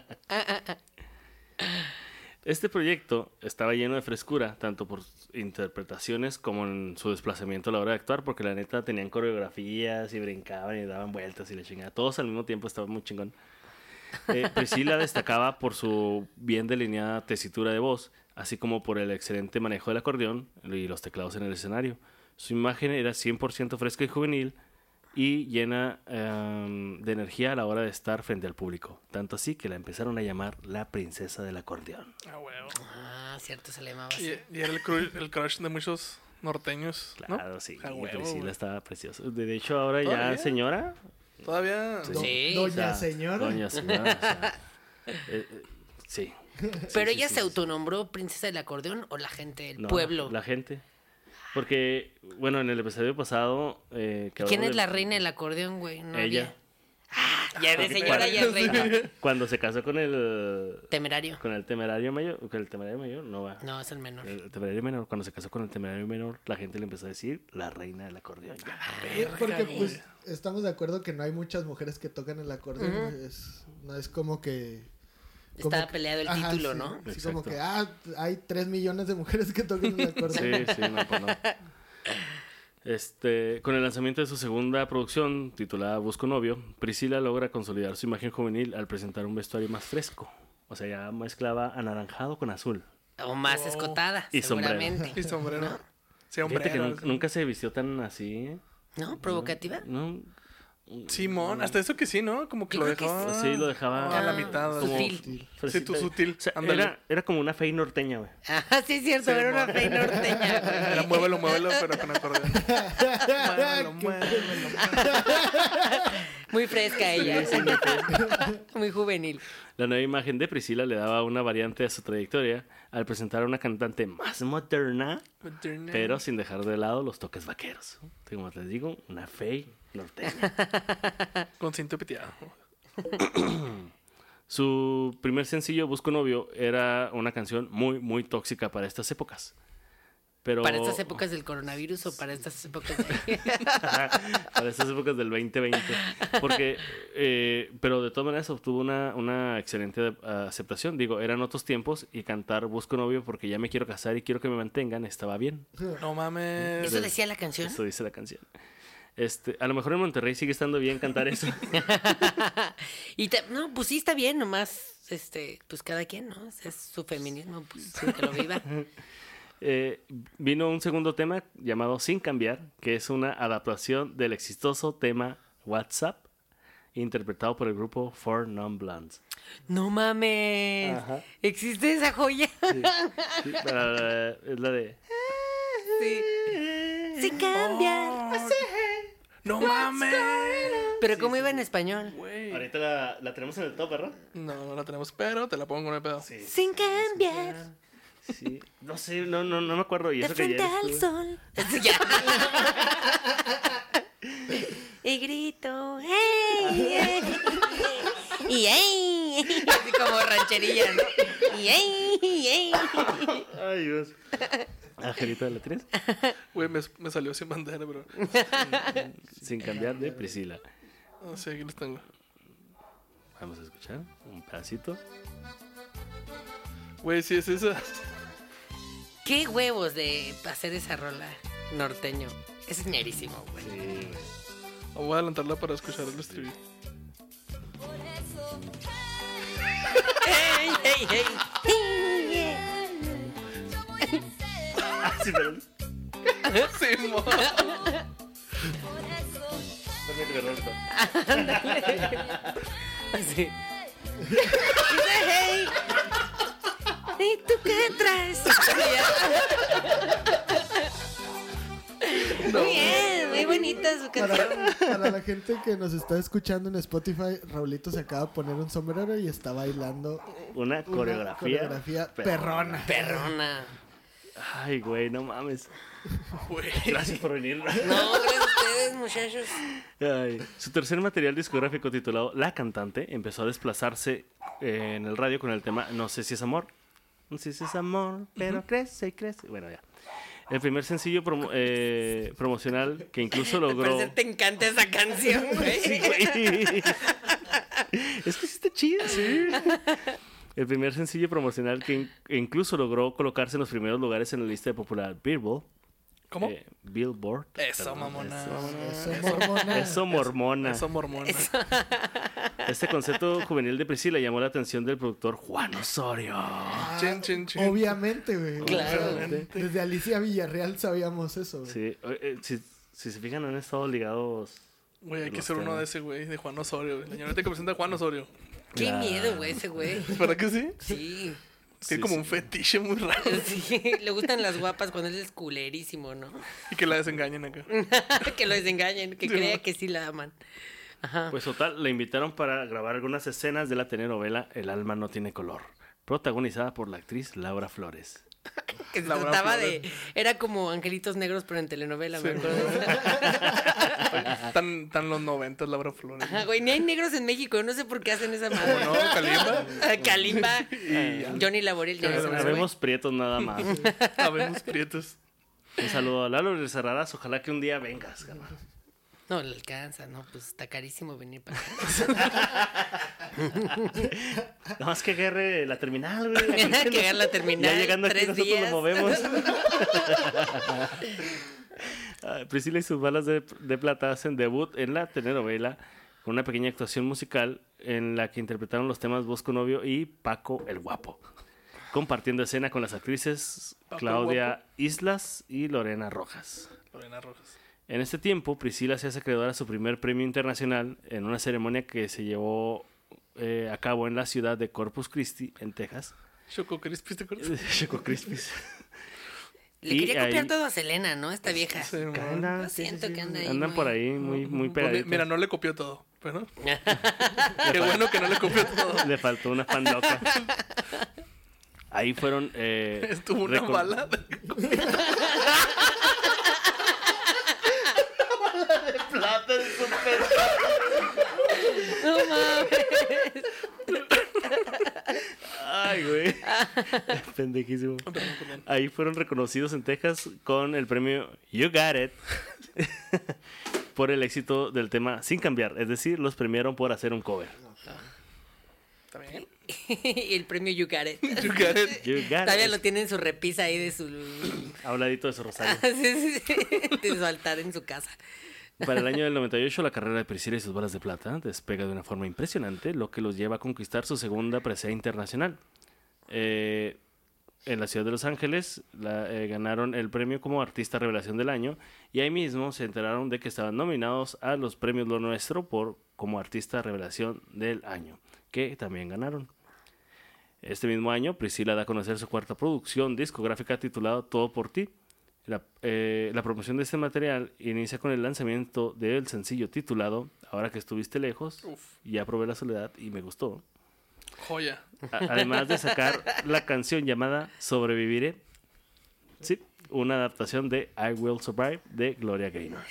Este proyecto estaba lleno de frescura, tanto por sus interpretaciones como en su desplazamiento a la hora de actuar, porque la neta tenían coreografías y brincaban y daban vueltas y la chingada. Todos al mismo tiempo estaba muy chingón. Eh, Priscila destacaba por su bien delineada tesitura de voz, así como por el excelente manejo del acordeón y los teclados en el escenario. Su imagen era 100% fresca y juvenil y llena em, de energía a la hora de estar frente al público. Tanto así que la empezaron a llamar la princesa del acordeón.
Ah, huevo.
Ah, cierto, se le llamaba
Y,
así.
y era el crush, el crush de muchos norteños, ¿no?
Claro, sí.
Ah, huevo,
Priscila
güey.
estaba preciosa. De de hecho, ahora ya
Todavía.
señora.
Todavía...
Do-
Sí,
Doña
o sea,
señora.
Doña señora. o sea, eh, eh, sí.
Pero
Sí, sí,
ella
sí, sí.
se autonombró princesa del acordeón o la gente del
No,
pueblo.
La gente. Porque, bueno, en el episodio pasado. eh, que
¿Quién
hablamos
es
de-
la reina del acordeón, güey? No
Ella.
había. Ya de señora, ya es reina.
Ajá. Cuando se casó con el.
Temerario.
Con el temerario mayor. Con el temerario mayor, no va.
No, es el menor.
El temerario menor, cuando se casó con el temerario menor, la gente le empezó a decir la reina del acordeón. Ya.
Ah,
Porque pues estamos de acuerdo que no hay muchas mujeres que tocan el acordeón. es, no es como que... como
Estaba
que-
peleado el
Ajá,
título,
sí,
¿no?
Sí, como
Exacto.
que, ah, hay 3 millones de mujeres que tocan el
Sí,
acordeón.
sí, no, pues no. Este, con el lanzamiento de su segunda producción, titulada Busco Novio, Priscila logra consolidar su imagen juvenil al presentar un vestuario más fresco. O sea, ya mezclaba anaranjado con azul.
O más escotada,
Oh. Y sombrero.
seguramente.
Y sombrero. Sí,
Fíjate
hombre.
que nunca, nunca se vistió tan así. ¿eh?
¿No? ¿Provocativa?
No.
Simón, hasta eso que sí, ¿no? Como que
Yo
lo
creo que
dejaba.
Sí, lo dejaba.
a la mitad. así.
Ah, Sutil.
Sí, tú
fresita.
sutil.
O sea,
Ándale.
era, era como una fey norteña, güey.
Ah, sí, es cierto,
Sí,
era una
mo-
fe norteña. güey.
Era muévelo, muévelo, pero con acordeón. muévelo, muévelo, muévelo.
Muy fresca ella. Muy juvenil.
La nueva imagen de Priscila le daba una variante a su trayectoria al presentar a una cantante más moderna, pero sin dejar de lado los toques vaqueros. Sí, Como les digo, una fey norteña.
Con cinto piteado.
Su primer sencillo, Busco Novio, era una canción muy, muy tóxica para estas épocas. Pero...
¿Para estas épocas del coronavirus o para estas épocas de...
para estas épocas del 2020. Porque, eh, pero de todas maneras obtuvo una, una excelente eh, aceptación. Digo, eran otros tiempos y cantar Busco novio porque ya me quiero casar y quiero que me mantengan estaba bien.
No mames.
¿Eso decía la canción?
Eso dice la canción. Este, a lo mejor en Monterrey sigue estando bien cantar eso.
Y ta- no, pues sí está bien, nomás, este, pues cada quien, ¿no? Es su feminismo, pues que lo viva.
Eh, vino un segundo tema llamado Sin Cambiar, que es una adaptación del exitoso tema WhatsApp, interpretado por el grupo Four Non Blondes.
No mames.
Ajá.
¿Existe esa joya?
Sí, para- es la de...
Sí. Sin cambiar.
Oh. No mames. Oh,
Pero ¿cómo iba en español?
Ahorita la, la tenemos en el top, ¿verdad?
No, no la tenemos, pero te la pongo en el pedo.
Sin cambiar.
Sí. No sé, no, no, no me acuerdo. Y
De
eso que
frente
ya
al
estuve-
sol. Ya. y grito, ¡hey! ¡hey! Y ¡hey! Así como rancherilla, ¿no? Y ¡hey! y ¡hey!
Ay, Dios. Angelita, ¿la tienes?
Güey, me, me salió sin bandera, bro.
Sin cambiar de Priscila.
No sé, aquí los tengo.
Vamos a escuchar un pedacito.
Güey, sí, es esa.
Qué huevos de hacer esa rola norteño. Es ñerísimo, güey.
Sí.
Voy a adelantarla para escuchar el estribillo.
¡Ey, ey, ey!
Ah, sí, perdón.
Sí, mo.
Permíteme, Roberto.
Así. ¡Hey! ¿Y tú qué traes? Muy bien, muy bonita su canción.
Para, para la gente que nos está escuchando en Spotify, Raulito se acaba de poner un sombrero y está bailando
Una
una
coreografía.
coreografía
perra.
perrona.
Perrona.
Ay, güey, no mames.
Güey.
Gracias por venir.
No, gracias a ustedes, muchachos.
Ay. Su tercer material discográfico titulado La Cantante empezó a desplazarse eh, en el radio con el tema No sé si es amor. No sé si es amor, pero crece y crece. Bueno, ya. El primer sencillo promo- eh, promocional que incluso
Al
logró.
parecer te encanta esa canción,
Sí,
güey.
güey. es que sí está chida, sí. El primer sencillo promocional que in- incluso logró colocarse en los primeros lugares en la lista de popular Billboard.
¿Cómo?
eh, Billboard.
Eso,
perdón.
mamona.
Ah, Eso, mormona.
Eso mormona.
Eso, mormona.
Este concepto juvenil de Priscila llamó la atención del productor Juan Osorio.
Chin, chin, chin.
Obviamente, güey.
Claro.
Obviamente. Desde Alicia Villarreal sabíamos eso. güey.
Sí, eh, eh, si, si se fijan, han estado ligados.
Güey, hay que
Los
ser uno
temas.
de ese, güey, de Juan Osorio. güey. La señorita que presenta a Juan Osorio.
Qué miedo, güey, ese güey.
¿Verdad que sí?
Sí.
Sí,
Tiene como
sí.
un fetiche muy raro.
Sí, le gustan las guapas cuando él es culerísimo, ¿no?
Y que la desengañen acá.
que lo desengañen, que
Sí,
crea
ma.
que sí la aman. Ajá.
Pues total, le invitaron para grabar algunas escenas de la telenovela El alma no tiene color, protagonizada por la actriz Laura Flores.
Que se
Laura
trataba
Flores.
de. Era como Angelitos Negros, pero en telenovela, me
Sí.
acuerdo.
Tan, tan los noventas, Laura Flores.
Ajá, güey, ni hay negros en México, no sé por qué hacen esa madre.
Bueno, Kalimba.
Ah, Kalimba, Johnny Laboriel, ya
Johnny Laboriel.
ves, güey.
Sabemos prietos nada más.
Habemos prietos.
Un saludo a Lalo Lizarradas, ojalá que un día vengas. carnal.
No le alcanza, no, pues está carísimo venir para acá.
Nada más que agarre la terminal, güey.
Que haga la terminal,
Ya llegando aquí
tres
nosotros
días.
nos movemos. Ah, Priscila y sus balas de, de plata hacen debut en la telenovela con una pequeña actuación musical en la que interpretaron los temas Bosco Novio y Paco el Guapo. compartiendo escena con las actrices
Paco
Claudia
Guapo.
Islas y Lorena Rojas.
Lorena Rojas.
En este tiempo, Priscila se hace acreedora a su primer premio internacional en una ceremonia que se llevó eh, a cabo en la ciudad de Corpus Christi, en Texas.
Choco Crispy, ¿te acuerdas?
Choco Crispis.
Le
Y
quería copiar
ahí-
todo a Selena, ¿no? Esta vieja.
Sí, mo.
Anda,
Yo
sí, sí,
siento
sí.
que anda ahí
Andan
muy-
por ahí muy, muy
Pues,
pegaditos.
Mira, no le copió todo, pero qué bueno que no le copió todo.
Le faltó una fan loca. Ahí fueron. eh,
Estuvo una
recor-
bala.
No mames.
Ay, güey. Pendejísimo. Ahí fueron reconocidos en Texas con el premio You Got It por el éxito del tema Sin Cambiar. Es decir, los premiaron por hacer un cover.
¿Está bien?
y el premio You Got It.
You got it.
You Got
Todavía
It.
lo tiene en su repisa ahí de su.
Habladito de su rosario.
Sí, sí, sí. de su altar en su casa.
Para el año del 98, la carrera de Priscilla y sus balas de plata despega de una forma impresionante, lo que los lleva a conquistar su segunda presea internacional. Eh, en la ciudad de Los Ángeles la- eh, ganaron el premio como Artista Revelación del Año y ahí mismo se enteraron de que estaban nominados a los premios Lo Nuestro por como Artista Revelación del Año, que también ganaron. Este mismo año, Priscila da a conocer su cuarta producción discográfica titulada Todo por ti. La, eh, la promoción de este material inicia con el lanzamiento del sencillo titulado Ahora que estuviste lejos,
Uf.
ya probé la soledad y me gustó.
Joya.
A- Además de sacar la canción llamada Sobreviviré. Sí, una adaptación de I Will Survive de Gloria Gaynor.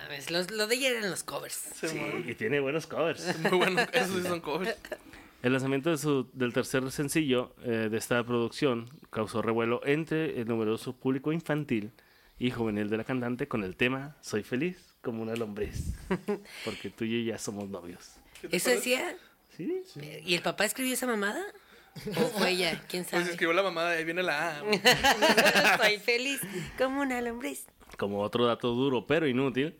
Mames, los- lo de ella eran los covers.
Se mo-
Y tiene buenos covers.
Muy bueno. Esos sí son covers. Pues
El lanzamiento de su- del tercer sencillo eh, de esta producción causó revuelo entre el numeroso público infantil y juvenil de la cantante con el tema Soy feliz como una lombriz. Porque tú y yo ya somos novios.
¿Eso decía?
¿Sí?
¿Y el papá escribió esa mamada? ¿O fue ella? ¿Quién
Pues
sabe?
escribió la mamada, ahí viene la A.
Soy feliz como una lombriz.
Como otro dato duro pero inútil,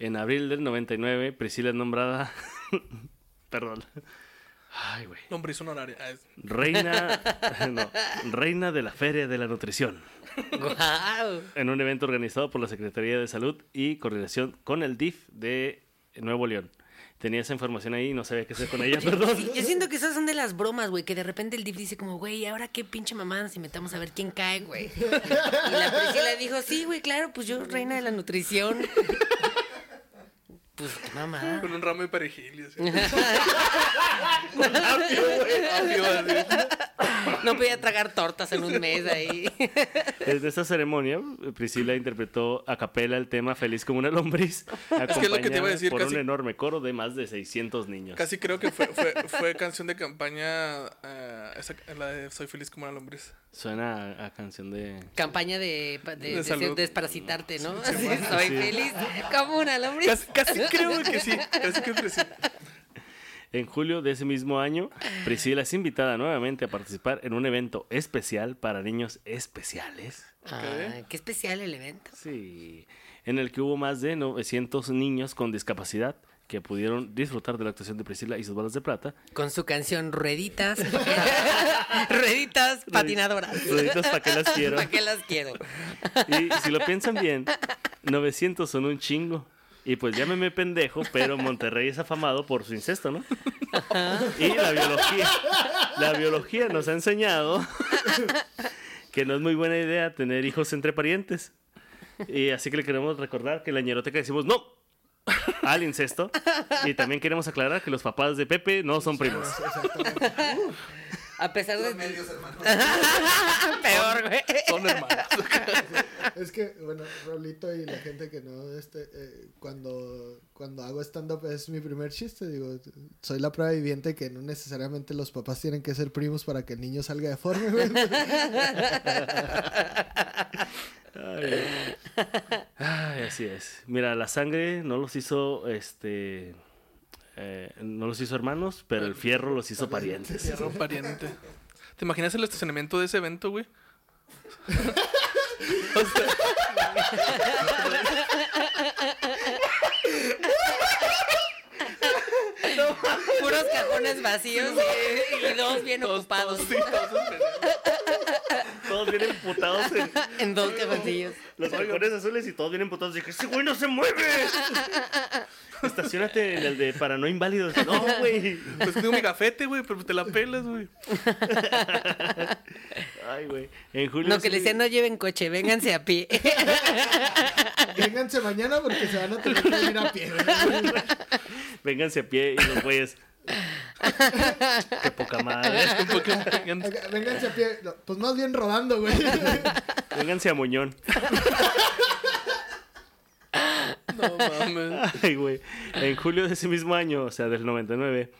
en abril del 99, Priscila es nombrada. Perdón. Ay, güey.
Lombriz honoraria. Ah, es-
Reina. no, reina de la Feria de la Nutrición.
¡Guau!
En un evento organizado por la Secretaría de Salud y coordinación con el DIF de Nuevo León. Tenía esa información ahí y no sabía qué hacer con ella, perdón.
Sí, yo siento que esas son de las bromas, güey, que de repente el div dice como, güey, ahora qué pinche mamada nos inventamos a ver quién cae, güey. Y la Priscila dijo, sí, güey, claro, pues yo reina de la nutrición. Pues qué mamada.
Con un ramo de perejil y así.
No podía tragar tortas en un mes ahí.
Desde esta ceremonia, Priscila interpretó a capela el tema Feliz como una lombriz,
lo que te
acompañada
iba a decir,
por
casi-
un enorme coro de más de 600 niños.
Casi creo que fue, fue, fue canción de campaña eh, esa- la de Soy feliz como una lombriz.
Suena a, a canción de...
Campaña de, de,
De
de-
salud.
desparasitarte, ¿no? Así, soy feliz como una lombriz.
Casi, casi creo que sí. Casi creo que sí.
En julio de ese mismo año, Priscila es invitada nuevamente a participar en un evento especial para niños especiales.
Ah, qué especial el evento.
Sí. En el que hubo más de 900 niños con discapacidad que pudieron disfrutar de la actuación de Priscila y sus balas de plata.
Con su canción Rueditas. Rueditas patinadoras.
Rueditas, ¿pa' qué las quiero?
¿Para qué las quiero?
Y si lo piensan bien, 900 son un chingo. Y pues llámeme pendejo, pero Monterrey es afamado por su incesto, ¿no? Y la biología. La biología nos ha enseñado que no es muy buena idea tener hijos entre parientes. Y así que le queremos recordar que en la ñeroteca decimos no al incesto. Y también queremos aclarar que los papás de Pepe no son primos.
A pesar de.
Medios hermanos.
Ah. Peor, güey.
Son hermanos.
Es que, bueno, Rolito y la gente que no, este, eh, cuando, cuando hago stand-up es mi primer chiste, digo, soy la prueba viviente que no necesariamente los papás tienen que ser primos para que el niño salga deforme, güey.
Ay, así es. Mira, la sangre no los hizo, este, eh, no los hizo hermanos, pero el fierro los hizo parientes.
Tierra pariente. ¿Te imaginas el estacionamiento de ese evento, güey? O sea,
Puros cajones vacíos eh, y, y dos bien ocupados.
sí, todos esos pendejos.
vienen putados en,
en dos cajoncillos.
Los tacones azules y todos vienen putados. Dije, ese güey no se mueve. Estacionate en el de para no inválidos. No, güey.
Pues tengo mi gafete, güey, pero te la pelas, güey.
Ay, güey. En julio.
No, que
sí-
le decían no lleven coche, vénganse a pie.
Vénganse mañana porque se van a tener que ir a pie. güey.
Vénganse a pie y los güeyes. Qué poca madre.
Acá, Vénganse a pie. No, pues más bien rodando, güey.
Vénganse a Moñón.
No mames.
Ay, güey. En julio de ese mismo año, o sea, del 99,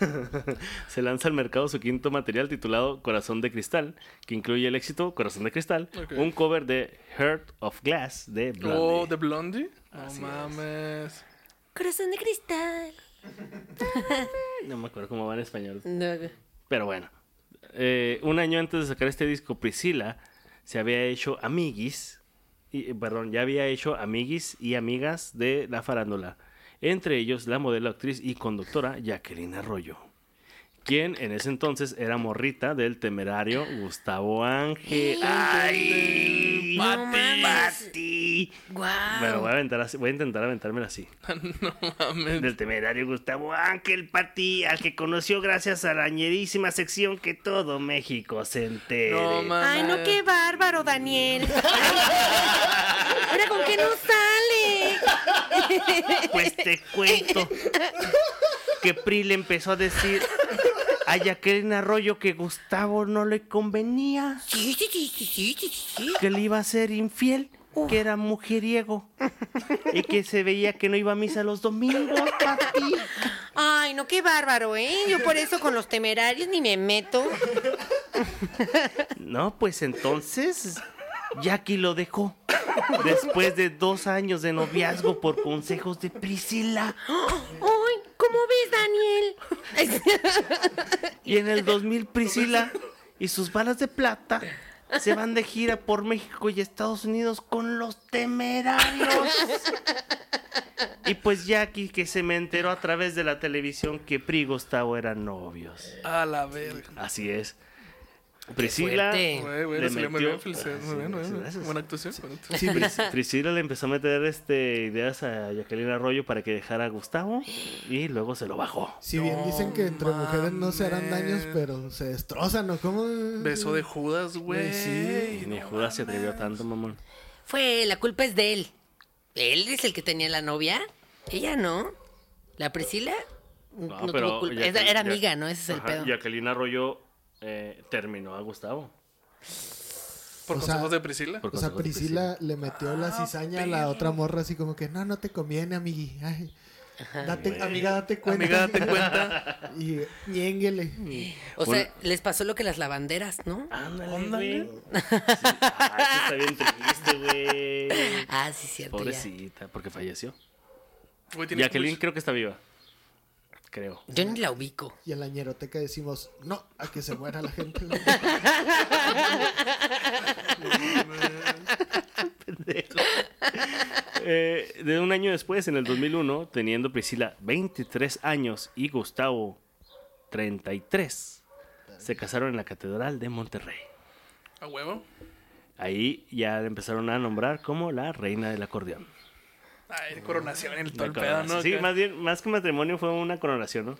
se lanza al mercado su quinto material titulado Corazón de Cristal, que incluye el éxito Corazón de Cristal,
Ok.
un cover de Heart of Glass de Blondie.
Oh, de Blondie. No
Así es.
mames.
Corazón de cristal.
No me acuerdo cómo va en español.
No,
Pero bueno, eh, un año antes de sacar este disco, Priscila se había hecho amiguis, y, eh, perdón, ya había hecho amiguis y amigas de la farándula. Entre ellos, la modelo, actriz y conductora Jacqueline Arroyo, quien en ese entonces era morrita del temerario Gustavo Ángel. ¡Ay!
No mames.
¡Pati!
Guau.
Bueno, voy a, aventar así- voy a intentar aventármela así.
Mames.
Del temerario Gustavo Ángel Pati, al que conoció gracias a la ñerísima sección que todo México se entere.
No mames.
Ay, no, qué bárbaro, Daniel. Ahora, ¿con qué no sale?
Pues
Este-
te cuento que Pri le empezó a decir a Jacqueline Arroyo que Gustavo no le convenía,
Sí, sí, sí, sí, sí, sí, sí.
que le iba a ser infiel, que era mujeriego y que se veía que no iba a misa los domingos, Pati.
Ay, no, qué bárbaro, ¿eh? Yo por eso con los temerarios ni me meto.
No, pues entonces Jackie lo dejó. Después de dos años de noviazgo por consejos de Priscila.
Ay, ¿cómo ves, Daniel?
Y en el 2000 Priscila y sus balas de plata se van de gira por México y Estados Unidos con los temerarios. Y pues Jackie que se me enteró a través de la televisión que Pri y Gustavo eran novios.
A la verga.
Así es. Priscila
fuerte.
Güey, güey,
le
le salió muy bien,
metió...
felicidades. Muy
Gracias,
bien, muy bien.
gracias.
Buena actuación. buena actuación.
Sí,
Pris- Priscila le empezó a meter este, ideas a Jacqueline Arroyo para que dejara a Gustavo y luego se lo bajó.
Si bien dicen que entre mujeres no se harán daños,
mames.
pero se destrozan, ¿no? ¿Cómo?
Beso de Judas, güey.
Güey, sí.
Y ni Judas se atrevió tanto, mamón.
Fue, la culpa es de él. Él es el que tenía la novia. Ella no. La Priscila no, tuvo culpa.
Jacqueline-
Era, era
Jac-
amiga, ¿no? Ese es el
Ajá,
pedo.
Jacqueline Arroyo eh, terminó a Gustavo.
Por
O sea,
consejos de Priscila.
por
O sea,
consejos de
Priscila le metió
Ah,
la cizaña a la otra morra así como que, no, no te conviene, amigui. Ay, date, amiga, date cuenta.
Amiga, date cuenta.
Y ñénguele.
O
Bueno.
sea, les pasó lo que las lavanderas, ¿no?
Ah, Ándale,
Ándale.
güey. Sí. Ay, sí está bien triste, güey.
Ah, sí, cierto. ya.
Pobrecita, porque falleció.
Güey, tiene
Jacqueline
mucho-
creo que está viva. Creo.
Yo ni la ubico.
Y en la ñeroteca decimos, no, a que se muera la gente.
Eh, de un año después, en el 2001, teniendo Priscila 23 años y Gustavo 33, se casaron en la Catedral de Monterrey.
A huevo.
Ahí ya la empezaron a nombrar como la reina del acordeón.
Ay, coronación, el todo
La
el pedo,
coronación.
¿no?
Sí,
Acá.
más bien, más que matrimonio fue una coronación, ¿no?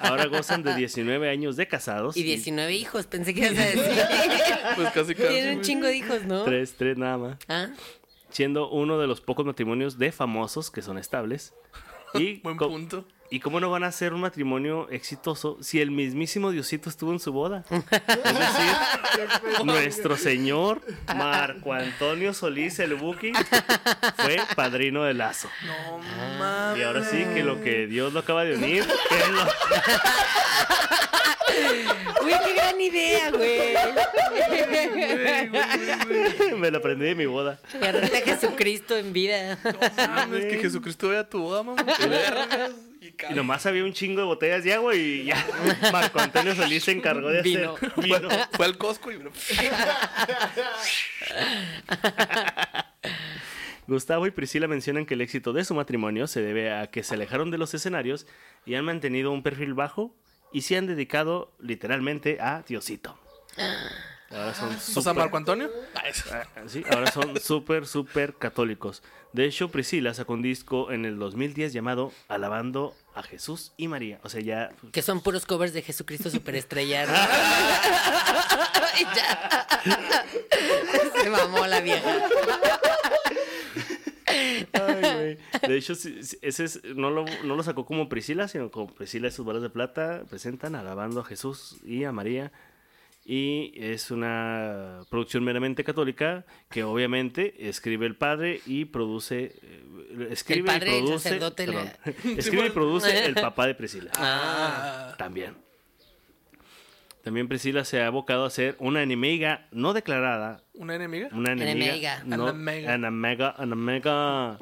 Ahora gozan de 19 años de
Oh,
casados.
Y 19 hijos, pensé que ibas a decir.
Pues casi, casi.
Tiene un
güey.
chingo de hijos, ¿no?
Tres, tres nada más.
Ah,
Siendo uno de los pocos matrimonios de famosos que son estables. Y,
Buen
co-
punto.
¿Y cómo no van a ser un matrimonio exitoso si el mismísimo Diosito estuvo en su boda? Es decir, nuestro señor Marco Antonio Solís, el Buki, fue padrino de Lazo.
No mames.
Ah, Y ahora sí que lo que Dios lo acaba de unir, que lo-
Güey, qué gran idea, güey.
Güey, güey, güey.
Me lo aprendí de mi boda.
Y ahorita Jesucristo en vida.
No mames, que Jesucristo vea tu boda, mamá. Vergas. Y
Y
cabrón.
nomás había un chingo de botellas de agua y ya. Marco Antonio Solís se encargó de
Vino.
hacer vino.
Fue al Costco y bro.
Gustavo y Priscila mencionan que el éxito de su matrimonio se debe a que se alejaron de los escenarios y han mantenido un perfil bajo y se han dedicado literalmente a Diosito. Ahora son
O sea,
súper-
Marco Antonio. Ah, es-
Sí, ahora son súper, súper católicos. De hecho, Priscila sacó un disco en el 2010 llamado Alabando a Jesús y María. O sea, ya
Que son puros covers de Jesucristo superestrella. ¿no? y ya. Se mamó la vieja.
Ay, güey. De hecho, sí, sí, ese es- no, lo, no lo sacó como Priscila, sino como Priscila y sus balas de plata presentan alabando a Jesús y a María. Y es una producción meramente católica que obviamente escribe el padre y produce... eh, Escribe
padre,
y
el
produce,
sacerdote, la- Ah.
perdón. escribe y produce el papá de Priscila. Ah. También. También Priscila se ha abocado a ser una enemiga no declarada
Una enemiga.
una enemiga.
Enemiga.
No,
Enemiga.
enemiga, enemiga.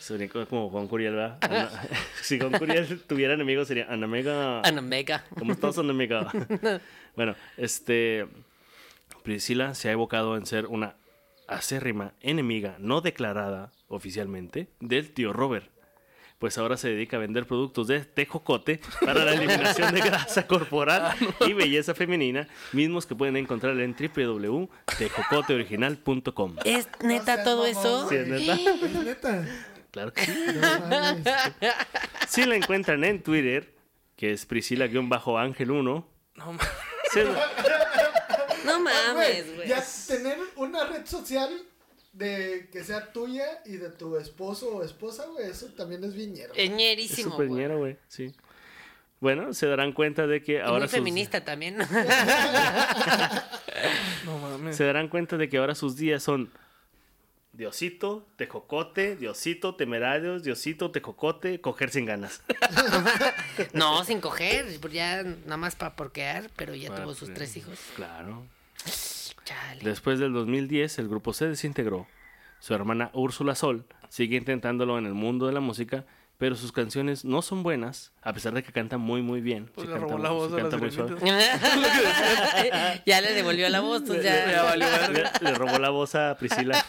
Sería co- como Juan Curiel, ¿verdad? Ana- si Juan Curiel tuviera enemigos sería enemiga.
Ana Ah, Mega.
¿Cómo estás, enemiga? bueno, este... Priscila se ha evocado en ser una acérrima enemiga no declarada oficialmente del tío Robert. Pues ahora se dedica a vender productos de tejocote para la eliminación de grasa corporal y belleza femenina, mismos que pueden encontrar en www.tejocoteoriginal.com.
¿Es neta
seas
todo
mamón,
eso?
Sí, es neta.
Es neta.
Claro que sí.
No mames.
Si la encuentran en Twitter, que es Priscila-Ángel1,
No, ma-
se-
No mames,
Güey,
güey.
Ya tener una red social de que sea tuya y de tu esposo o esposa, güey, eso también es viñero.
Es
es
ñerísimo.
súper
güey.
ñero, güey. Sí. Bueno, se darán cuenta de que
Y
ahora...
muy
sus-
feminista también.
no mames.
se darán cuenta de que ahora sus días son Diosito, Tejocote, Diosito, Temerarios, Diosito, Tejocote, coger sin ganas.
no, sin coger. pues Ya nada más para porquear, pero ya
Para
tuvo sus
porquear.
tres hijos.
Claro.
Chale.
Después del 2010, el grupo se desintegró. Su hermana Úrsula Sol sigue intentándolo en el mundo de la música, pero sus canciones no son buenas, a pesar de que canta muy, muy bien.
Pues
Sí
le
canta
robó
muy-
la
sí
voz a
canta muy
las
suave.
sirenitas.
ya le devolvió la voz. pues ya.
Ya valió verga.
le, le robó la voz a Priscila.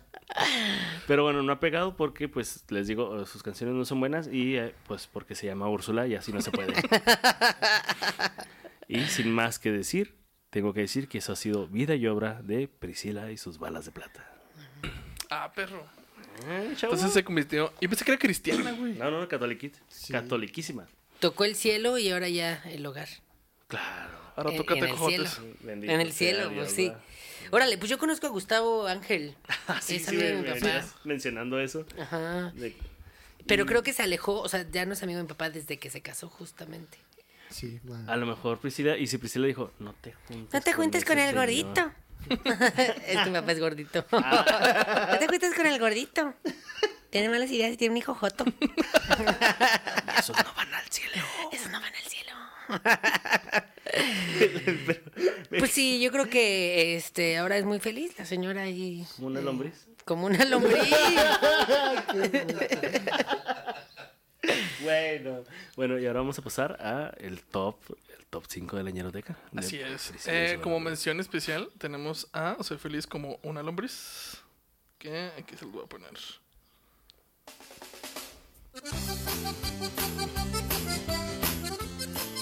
Pero bueno, no ha pegado porque, pues, les digo, eh, sus canciones no son buenas y, eh, pues, porque se llama Úrsula y así no se puede. y sin más que decir, tengo que decir que eso ha sido vida y obra de Priscila y sus balas de plata.
Ah, perro. Entonces
Entonces,
se convirtió. Yo pensé que era cristiana, güey.
no, no, no, catoliquit- catoliquísima.
Tocó el cielo y ahora ya el hogar.
Claro.
Ahora
En-
toca
en el
tejocotes.
cielo.
Bendito
en el
sea
cielo,
Dios,
pues sí.
¿verdad? Ah,
Órale, pues yo conozco a Gustavo Ángel.
Ah,
Sí,
es
sí,
amigo de
me-
mi
me
papá.
venías mencionando eso.
Ajá.
de-
Pero creo que se alejó, o sea, ya no es amigo de mi papá desde que se casó justamente.
Sí, man.
a lo mejor Priscila, y si Priscila dijo, no te juntes
No te juntes con
ese
el
señor".
gordito.
es que mi papá es gordito.
No te juntes con el gordito. Tiene malas ideas y tiene un hijo joto.
Esos no van al cielo.
Esos no van al cielo.
Pues sí, yo creo que este ahora es muy feliz la señora ahí
Como una lombriz.
como una lombriz.
Bueno. Bueno, y ahora vamos a pasar a el top, el top 5 de la ñeroteca. De
Así es.
Priscila y
Eh,
su
como
banda.
mención especial, tenemos a Soy Feliz como una lombriz. Que aquí se los voy a poner.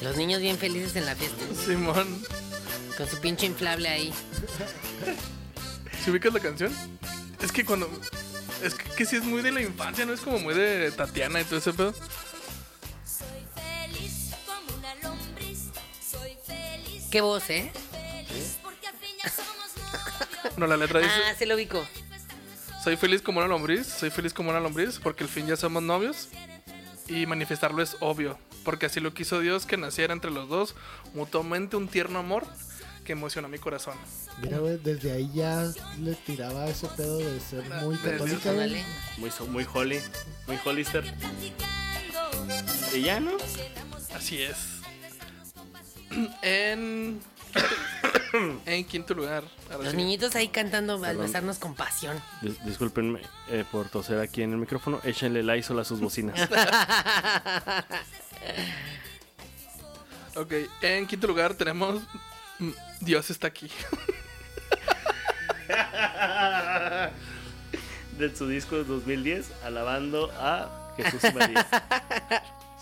Los niños bien felices en la fiesta,
Simón,
con su pinche inflable ahí.
¿si ubicas la canción? Es que cuando. Es que, que sí es muy de la infancia, ¿no? Es como muy de Tatiana y todo ese pedo.
Soy feliz como una lombriz. Soy feliz,
Qué voz, ¿eh?
feliz porque al fin ya somos novios.
Bueno, la letra dice:
Ah, se lo ubico.
Soy feliz como una lombriz, soy feliz como una lombriz, porque al fin ya somos novios. Y manifestarlo es obvio, porque así lo quiso Dios que naciera entre los dos mutuamente un tierno amor que emocionó mi corazón.
Mira, güey, desde ahí ya le tiraba ese pedo de ser muy
Desde
católica, güey.
Ándale.
Muy, so- muy holly, muy hollister.
Platicando,
Y ya, ¿no?
Así es. En. en quinto lugar. ahora
Los
sí.
niñitos ahí cantando al besarnos con pasión.
Dis- discúlpenme eh, por toser aquí en el micrófono. Échenle la isola a sus bocinas.
Ok, en quinto lugar tenemos. mm, Dios está aquí.
de su disco de 2010, alabando a Jesús y María.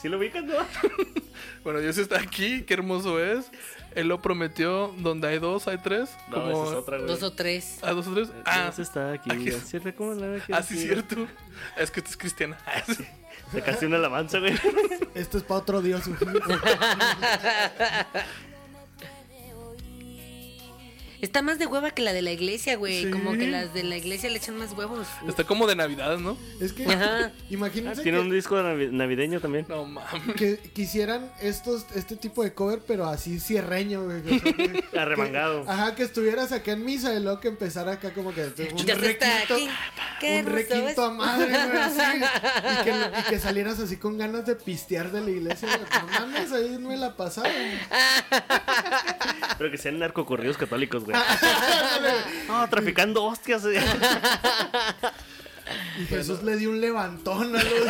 ¿Sí lo ubicas, no?
Bueno, Dios está aquí, qué hermoso es. Él lo prometió, donde hay dos, hay tres.
No, esa es otra, güey.
Dos o tres.
¿Ah, dos o tres?
Ah,
Ah,
está aquí.
aquí es-
Así es como la que
ah, sí,
decía.
cierto. Es que tú es cristiana. Ah, sí.
Sacaste una alabanza, güey.
Esto es para otro dios. güey.
Está más de hueva que la de la iglesia, güey.
Sí.
Como que las de la iglesia le echan más huevos.
Está como de Navidad, ¿no?
Es que
Ah,
Ajá.
imagínense
Tiene un
que,
disco navi- navideño también.
No mames.
que quisieran estos, este tipo de cover, pero así cierreño, güey. o sea, que-
Arremangado.
que- ajá, que estuvieras acá en misa y luego que empezara acá como que un
Ya se está
requinto,
aquí. Qué
un
ruso es.
requinto a madre, güey, así. Y que, no- y que salieras así con ganas de pistear de la iglesia. güey. No mames, ahí me la pasaba. güey.
Pero que sean narcocorridos católicos, güey. No, traficando hostias. eh. güey.
Y Jesús le dio un levantón a los...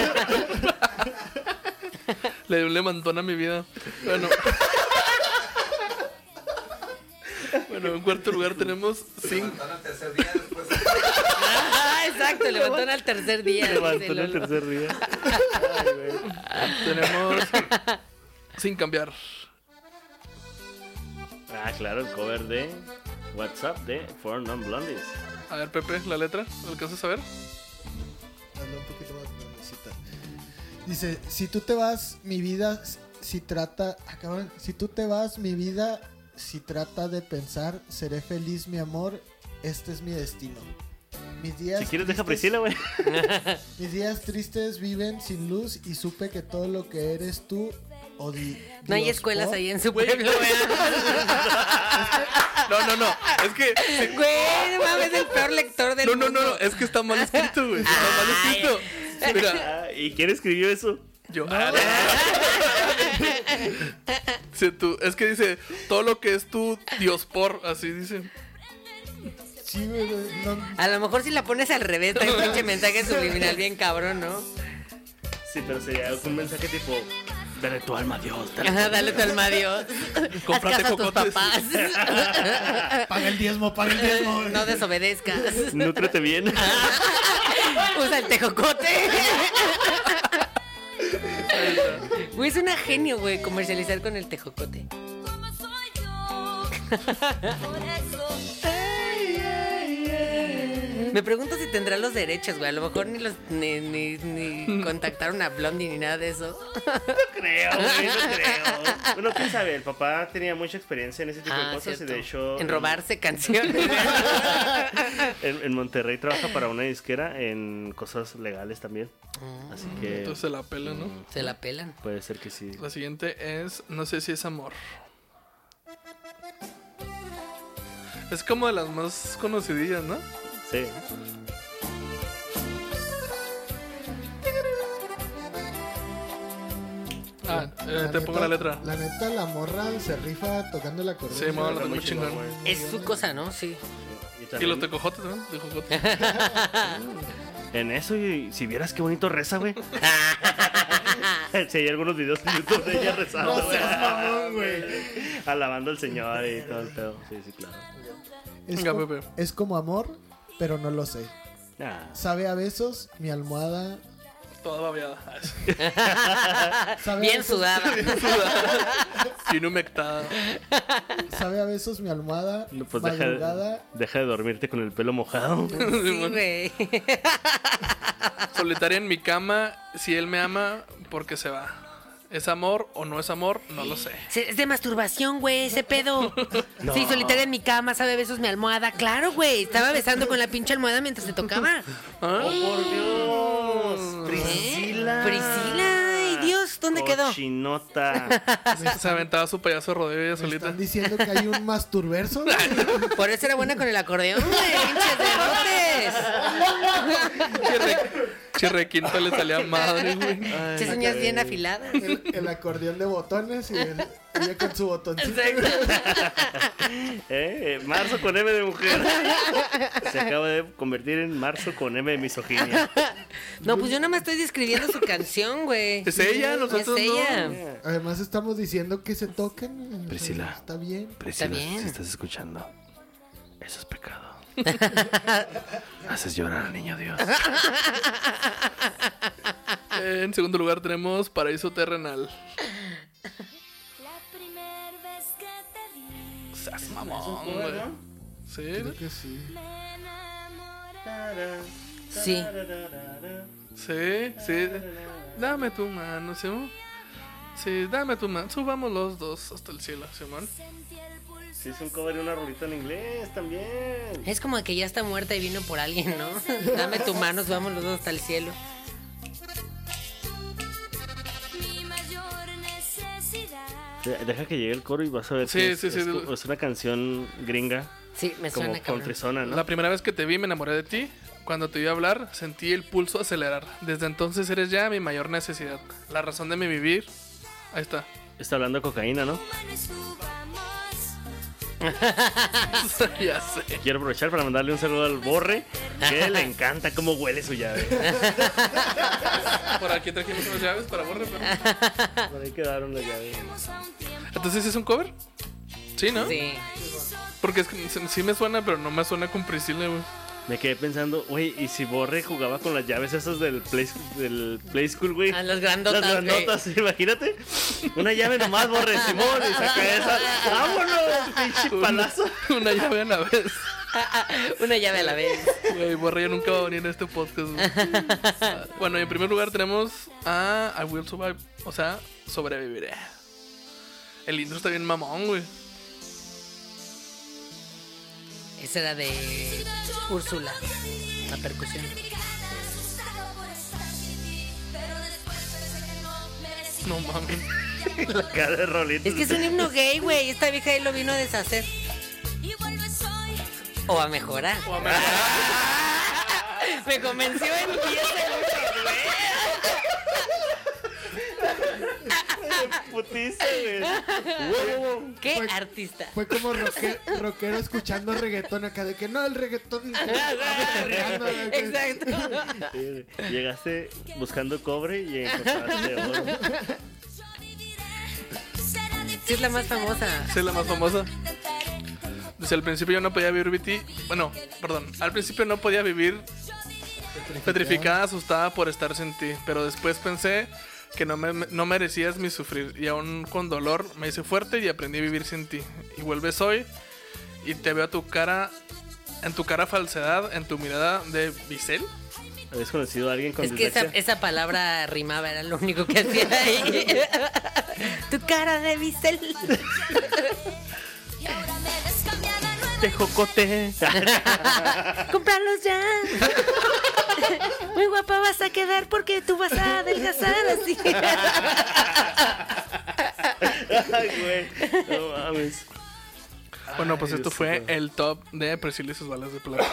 Le dio un levantón a mi vida. Bueno. Bueno, en cuarto lugar tenemos cinco.
Levantó al tercer día después.
Ah, exacto, levantaron al tercer día. dice
Levantó en el
Lolo.
tercer día.
Tenemos sin cambiar.
Ah, claro, el cover de WhatsApp de Four Non Blondies.
A ver, Pepe, la letra. ¿La alcanzas a ver?
Hazlo un poquito más gruesita. Dice, si tú te vas, mi vida s- si trata... Ah, cabrón. Si tú te vas, mi vida si trata de pensar, seré feliz, mi amor, este es mi destino. Mis días
Si quieres, deja a
tristes-
Priscila, güey.
Mis días tristes viven sin luz y supe que todo lo que eres tú... o di-
No hay
Dios,
escuelas
oh,
ahí en su pueblo, güey.
No, no, no. Es que. sí.
Güey, no mames, es el peor lector del
No, no, no,
mundo.
no. Es que está mal escrito, güey. Está mal escrito. Mira,
Ah, ¿Y quién escribió eso?
yo. Ah, no. Sí, tú- es que dice todo lo que es tu Dios por. Así dice.
Sí, güey, güey, no-
A lo mejor si la pones al revés, trae un pinche mensaje subliminal bien cabrón, ¿no?
Sí, pero sería un mensaje tipo: Dale tu alma a Dios. dale tu
Ajá, dale tu alma a Dios. Haz
Cómprate
caso a tus
cocotes.
papás.
Paga el diezmo, paga el diezmo. güey.
Eh, No desobedezcas.
Nútrete bien.
Usa el tejocote. Güey, es una genio, güey, comercializar con el tejocote.
como soy yo. Por eso
Me pregunto si tendrá los derechos, güey. A lo mejor ni los ni, ni, ni contactaron a Blondie ni nada de eso.
creo, güey, no creo. Bueno, quién sabe, el papá tenía mucha experiencia en ese tipo de
Ah,
cosas y
cierto.
de hecho.
En robarse canciones.
En, en Monterrey trabaja para una disquera en cosas legales también.
Ah.
Así que.
Entonces pues, se la pela, ¿no?
Se la pelan.
Puede ser que sí.
La siguiente es No sé si es amor. Es como de las más conocidillas, ¿no?
Sí.
Ah, eh, te pongo la letra.
La neta, la morra se rifa tocando la corona.
Sí, mamá, la tengo
muy
chingón.
chingón, güey.
Es su cosa, ¿no? Sí.
Y
Y
también-
los tecojotes, ¿no? Tecojotes.
En eso, y si vieras qué bonito reza, güey. sí, hay algunos videos en YouTube de ella rezando, güey. Alabando al Señor y todo el pedo. Sí, sí, claro.
Es,
Venga,
co-
Pepe.
es como amor, pero no lo sé.
Ah,
Sabe a besos, mi almohada.
Toda babeada.
Sabe a
Bien
besos-
sudada.
Bien humectada.
Sabe a besos, mi almohada.
no, pues deja,
madrugada.
deja de dormirte con el pelo mojado.
Sí, güey.
Solitaria en mi cama. Si él me ama, ¿por qué se va? ¿Es amor o no es amor? No lo sé.
Se- Es de masturbación, güey, ese pedo. Sí, solitaria en mi cama, sabe besos mi almohada. Claro, güey. Estaba besando con la pinche almohada mientras se tocaba.
Oh,
¿Ah?
¡Por Dios!
Priscila.
Priscila.
Priscila, ay, Dios, ¿dónde quedó?
Cochinota.
Se aventaba su payaso rodeo ella
Me
solita.
están diciendo que hay un masturverso.
Por eso era buena con el acordeón, güey. Pinches derrotes.
Chirre- Chirrequinto le salía madre, güey.
Pinches uñas bien afiladas.
El, el acordeón de botones y el- ella con su botoncito.
Eh, eh, Marzo con M de mujer. Se acaba de convertir en marzo con M de misoginia.
No, pues yo nada más estoy describiendo su canción, güey.
Es ella, nosotros
Es ella.
no.
Además, estamos diciendo que se toquen.
Priscila.
Está bien.
Priscila,
bien.
si estás escuchando, eso es pecado.
Haces llorar al niño Dios.
En segundo lugar tenemos Paraíso Terrenal.
La primera vez que te vi,
Sas mamón, güey. Sí,
Creo que sí.
me enamoré.
Sí.
sí, sí. Dame tu mano, Simón. Sí, dame tu mano. Subamos los dos hasta el cielo, Simón.
Sí, es un cover de una rolita en inglés también.
Es como que ya está muerta y vino por alguien, ¿no? Dame tu mano, vamos los dos hasta el cielo.
Mi mayor necesidad.
De- Deja que llegue el coro y vas a ver
Sí,
que es,
sí, sí.
es co- es una canción gringa,
Sí, me
como
suena cabrón.
contrizona, Ah, ¿no?
La primera vez que te vi me enamoré de ti. Cuando te vi hablar, sentí el pulso acelerar. Desde entonces eres ya mi mayor necesidad. La razón de mi vivir. Ahí está.
Está hablando de cocaína, ¿no?
Bueno, y subamos.
ya sé.
Quiero aprovechar para mandarle un saludo al Borre, que le encanta cómo huele su llave.
Por aquí trajimos unas llaves para borrar.
Por ahí quedaron las llaves.
Entonces, ¿sí ¿es un cover? Sí, ¿no?
Sí.
Porque es que sí me suena, pero no me suena con Priscila, güey.
Me quedé pensando, güey, ¿y si Borre jugaba con las llaves esas del Play, del play School, güey?
Ah, las grandotas,
Las grandotas, imagínate. Una llave nomás, Borre, Simón, y saca esa. ¡Vámonos, pinche palazo!
Una llave a la vez.
Una llave a la vez.
Güey, Borre ya nunca va a venir a este podcast. güey. Ah, Bueno, en primer lugar tenemos a I Will Survive. O sea, sobreviviré. El intro está bien mamón, güey.
Esa era de Úrsula. La percusión.
Asustado por estar sin ti, pero después pensé que no merecía.
No mames.
La cara de Rolito.
Es que es un himno gay, güey. Esta vieja ahí lo vino a deshacer.
Y vuelves hoy.
O a mejorar. Me convenció en 10 segundos, güey.
putiza, güey. Wow, wow, wow.
Qué
Fue-
artista.
Fue como roque- rockero escuchando reggaetón acá de que no, el reggaetón.
Exacto.
Sí, güey. Llegaste buscando cobre y encontraste oro.
Yo viviré. Será
Sí, es
difícil.
la más famosa.
Esa es la más famosa.
Intentaré.
Desde el principio yo no podía vivir viti- Bueno, perdón. Al principio no podía vivir petrificada, asustada por estar sin ti. Pero después pensé que no, me, no merecías mi sufrir. Y aún con dolor me hice fuerte y aprendí a vivir sin ti. Y vuelves hoy y te veo a tu cara. En tu cara falsedad, en tu mirada de bisel.
¿Habías conocido a alguien con
Es que esa,
dislexia?
esa palabra rimaba, era lo único que hacía ahí. tu cara de bisel.
Y ahora me ves cambiada nueva.
Te jocote.
Cómpralos ya. Muy guapa vas a quedar porque tú vas a adelgazar así.
Ay, güey. No mames.
Bueno, pues
Ay,
esto
Dios
fue
santo.
el top de Priscila y sus balas de plata.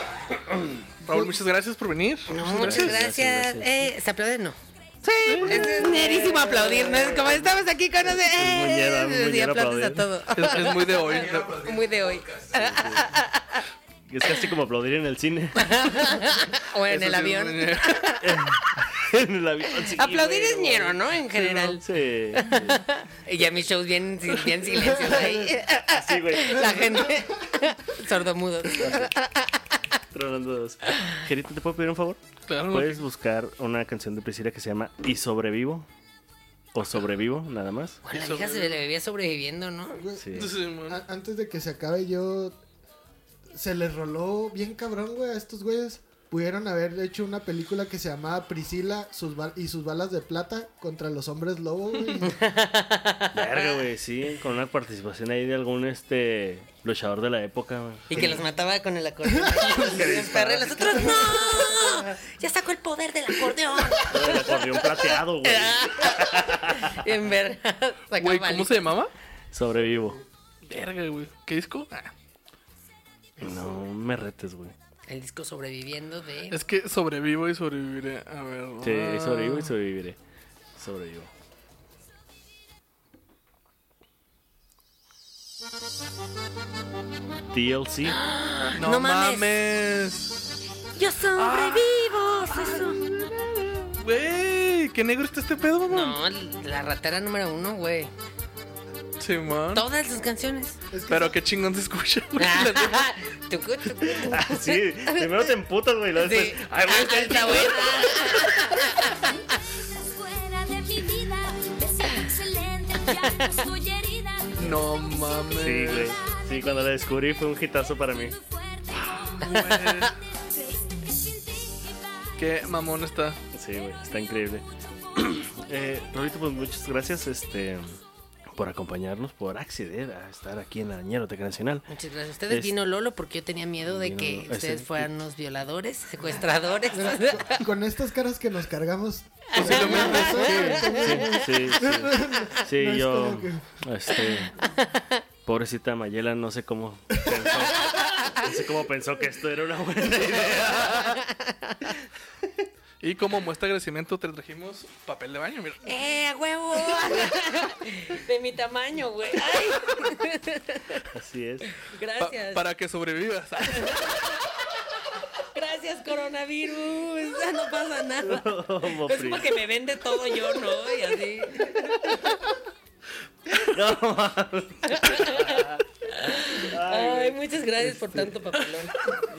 Raúl, muchas gracias por venir.
No, muchas gracias. Eh, ¿Se aplauden? No. Sí, es nerísimo aplaudir, ¿no? Es como estamos aquí con nosotros.
Es muñera,
Eh, y
muñera
aplaudes a
aplaudir.
todo.
Es, es muy de hoy.
Muy de hoy.
Es casi como aplaudir en el cine.
O en
Eso
el
sí es
avión.
muy de-
en el avión. sí,
Aplaudir
güey,
es
no
ñero,
mames.
¿no? En general.
Sí.
Y ya mis shows bien, bien silencios ahí.
Así, güey.
La gente sordomudo.
Tronando dos. Gerito, ¿te puedo pedir un favor?
Claro, no.
¿Puedes buscar una canción de Priscila que se llama Y sobrevivo? O sobrevivo, nada más.
Bueno, la hija se le bebía sobreviviendo, ¿no?
Sí.
Sí, man.
A- Antes de que se acabe yo, se les roló bien cabrón, güey, a estos güeyes. Pudieron haber hecho una película que se llamaba Priscila sus bal- y sus balas de plata contra los hombres lobo, güey.
Verga, güey, sí, con una participación ahí de algún este luchador de la época, güey.
Y que los mataba con el acordeón. Y los perros, los otros, ¡no! Ya sacó el poder del acordeón.
Todo El acordeón plateado, güey.
en ver, sacaba
Güey, ¿cómo
el-
se llamaba?
Sobrevivo.
Verga, güey. ¿Qué disco? Ah,
No me retes, güey.
El disco sobreviviendo de.
es que sobrevivo y sobreviviré. A ver.
Sí,
ah,
sobrevivo y sobreviviré. Sobrevivo. TLC.
Ah,
No,
No mames.
mames.
Yo
Ah,
sobrevivo. soy su-
Güey, qué negro está este pedo, mamá.
No, la ratera número uno, güey.
Simón.
Todas sus canciones.
Pero qué chingón se escucha, güey.
Ah. Tucu, tucu.
Ah, sí, primero te emputas, güey. luego
Sí.
después,
Ah,
Ay, güey, qué
está buena.
Estás fuera de mi vida. Me siento excelente. Ya no estoy herida.
No
Sí,
mames.
güey. Sí, cuando la descubrí fue un hitazo para mí.
Muy fuerte.
güey.
Creíste que sin ti iba
Qué mamón está.
Sí, güey, está increíble. eh, Rolito, pues muchas gracias este, por acompañarnos, por acceder a estar aquí en la Ñeroteca Nacional.
Muchas gracias. Ustedes
Es-
vino Lolo porque yo tenía miedo de
Vino
que
Lolo. Este,
ustedes
Ese-
fueran unos violadores, secuestradores.
Con estas caras que nos cargamos.
Sí, sí, sí. Sí,
No es
yo.
como que-
Este, pobrecita Mayela, no sé cómo pensó. No sé cómo pensó que esto era una buena idea.
Y como muestra de agradecimiento te trajimos papel de baño, mira.
¡Eh, a huevo! De mi tamaño, güey. Ay,
Así es.
Pa-
gracias.
para que sobrevivas.
Gracias, coronavirus. Ah, No pasa nada.
Como
Es como que me vende todo yo, ¿no? Y así.
No, mames.
Ay, este. muchas gracias por tanto papelón.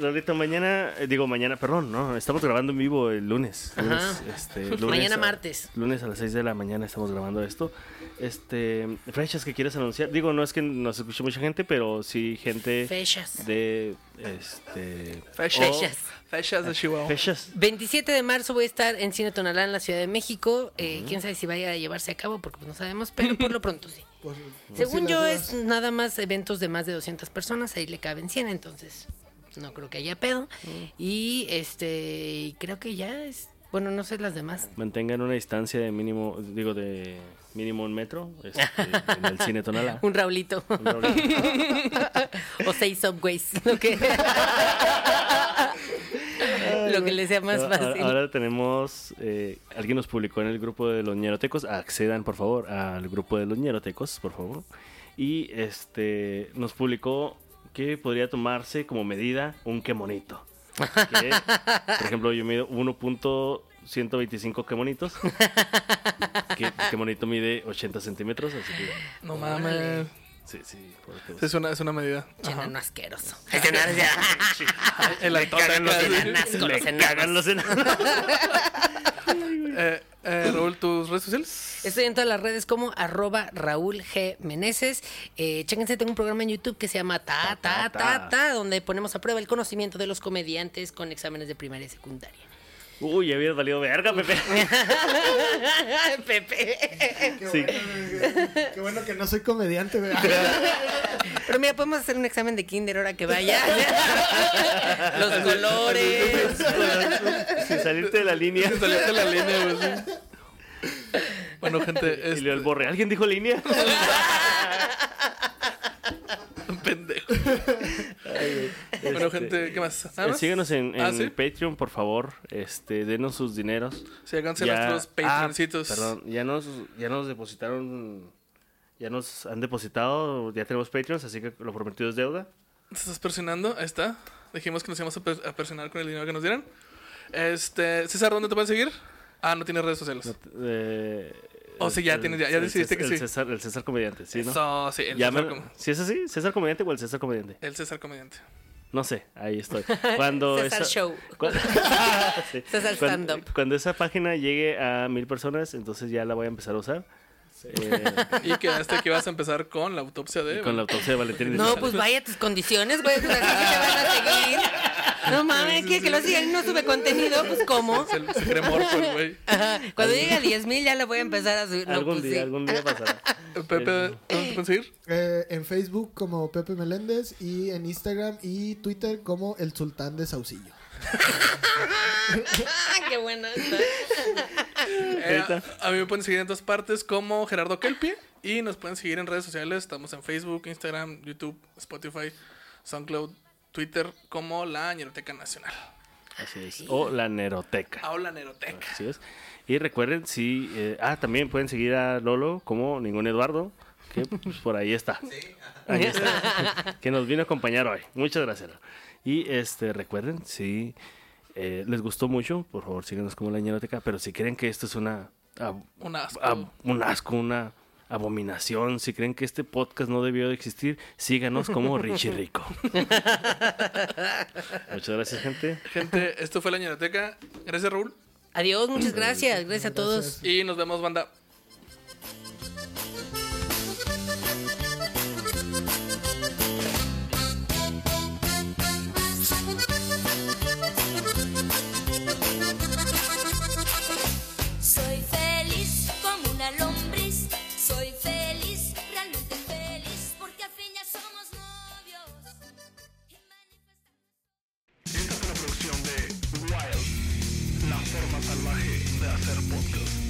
Lolito, mañana, eh, digo mañana, perdón, no, estamos grabando en vivo el lunes. lunes,
Ajá.
este, lunes
Mañana
a-
martes.
Lunes a las 6 de la mañana estamos grabando esto. Este, fechas que quieres anunciar. Digo, no es que nos escuche mucha gente, pero sí gente
Fechas.
de este
Fechas.
Fechas de Chihuahua.
fechas.
27 de marzo voy a estar en Cine Tonalá en la Ciudad de México. Eh, Quién sabe si vaya a llevarse a cabo porque pues, no sabemos, pero por lo pronto sí.
Por-
Pues
por si
Según
las
yo
dudas.
es nada más eventos de más de 200 personas, ahí le caben 100, entonces no creo que haya pedo.
Mm.
Y este y creo que ya es, bueno, no sé las demás.
Mantengan una distancia de mínimo, digo de mínimo un metro este, en el cine Tonalá.
Un Raulito.
Un Raulito.
o seis subways, lo que lo que les sea más
Ahora-
fácil.
Ahora tenemos, eh, alguien nos publicó en el grupo de los ñerotecos, accedan por favor al grupo de los ñerotecos, por favor. Y este nos publicó que podría tomarse como medida un quemonito. Que, por ejemplo, yo mido 1.125 quemonitos. que quemonito mide 80 centímetros, así que
No mames.
sí, sí. por favor.
Sí, es una, es una medida.
Llenan lo asqueroso. Ese nano es- Ah,
El actor
cagan los
acá, sí.
enanas con
Le
los enanos.
cagan los enanos.
Eh, eh, Raúl, tus redes sociales.
Estoy en todas las redes como arroba Raúl G. Meneses. Eh, chéquense, tengo un programa en YouTube que se llama Ta, Ta, Ta, Ta, donde ponemos a prueba el conocimiento de los comediantes con exámenes de primaria y secundaria.
Uy, ya hubiera valido verga, Pepe.
Pepe.
Qué,
Sí.
bueno, güey. Qué bueno que no soy comediante, güey.
Pero mira, podemos hacer un examen de kinder ahora que vaya. los colores.
Sin salirte de la línea.
Te saliste la línea, güey, sí. Bueno, gente,
Y
es
Leo el borre. ¿Alguien dijo línea?
un pendejo. Bueno,
Este,
gente, ¿qué más? ¿Nada
eh,
más?
Síguenos en, en
Ah, ¿sí?
Patreon, por favor. Este, denos sus dineros.
Sí, háganse
Ya-
nuestros patroncitos.
Ah, perdón, ya nos, ya nos depositaron. Ya nos han depositado. Ya tenemos Patreons, así que lo prometido es deuda.
¿Te estás presionando? Ahí está. Dijimos que nos íbamos a, per- a presionar con el dinero que nos dieran. Este, César, ¿dónde te pueden seguir? Ah, no tienes redes sociales.
Eh,
Oh, sí, ya tienes- ya- ya
el
decidiste que
César- el
sí.
César, el César Comediante, ¿sí? ¿no?
Eso, sí, el
Ya
César,
me-
Com-
¿Sí es así? ¿César Comediante o el César Comediante?
el César Comediante.
No sé, ahí estoy. Cuando
César
esa-
Show.
cu- Sí.
César
Cuando-
Stand Up.
Cuando esa página llegue a mil personas, entonces ya la voy a empezar a usar. Eh,
Y quedaste que ibas a empezar con la autopsia de...
con la autopsia de Valentín.
No,
Elizalde.
pues vaya tus condiciones, güey. Pues así sí te van a seguir. No mames, que, que lo sigan y no sube contenido, pues ¿cómo?
Se, se cree morfo el güey.
Ajá, Cuando llegue a 10 mil ya la voy a empezar a subir. No,
algún
pues,
día,
sí.
algún día pasará.
Pepe, ¿dónde te pueden seguir?
Eh, en Facebook como Pepe Meléndez y en Instagram y Twitter como El Sultán de Saucillo.
Ah, qué bueno.
Eh, a mí me pueden seguir en dos partes como Gerardo Kelpie y nos pueden seguir en redes sociales. Estamos en Facebook, Instagram, YouTube, Spotify, SoundCloud, Twitter como la Ñeroteca Nacional.
Así es. O la Neroteca.
Aula Neroteca.
Así es. Y recuerden, si. eh, ah, también pueden seguir a Lolo como ningún Eduardo, que pues, por ahí está. Ahí está. que nos vino a acompañar hoy. Muchas gracias. Lolo. Y este, recuerden, si eh, les gustó mucho, por favor, síguenos como la Neroteca. Pero si creen que esto es una. ah,
Un asco.
ah, un asco, una abominación. Si creen que este podcast no debió de existir, síganos como Richie Rico. Muchas gracias, gente.
Gente, esto fue la ñeroteca. Gracias, Raúl.
Adiós, muchas gracias. Gracias a todos.
Y nos vemos, banda.
Soy feliz como una lombriz, soy feliz, realmente feliz, porque al fin ya somos novios.
Esta es una producción de Wild, la forma salvaje de hacer podcast.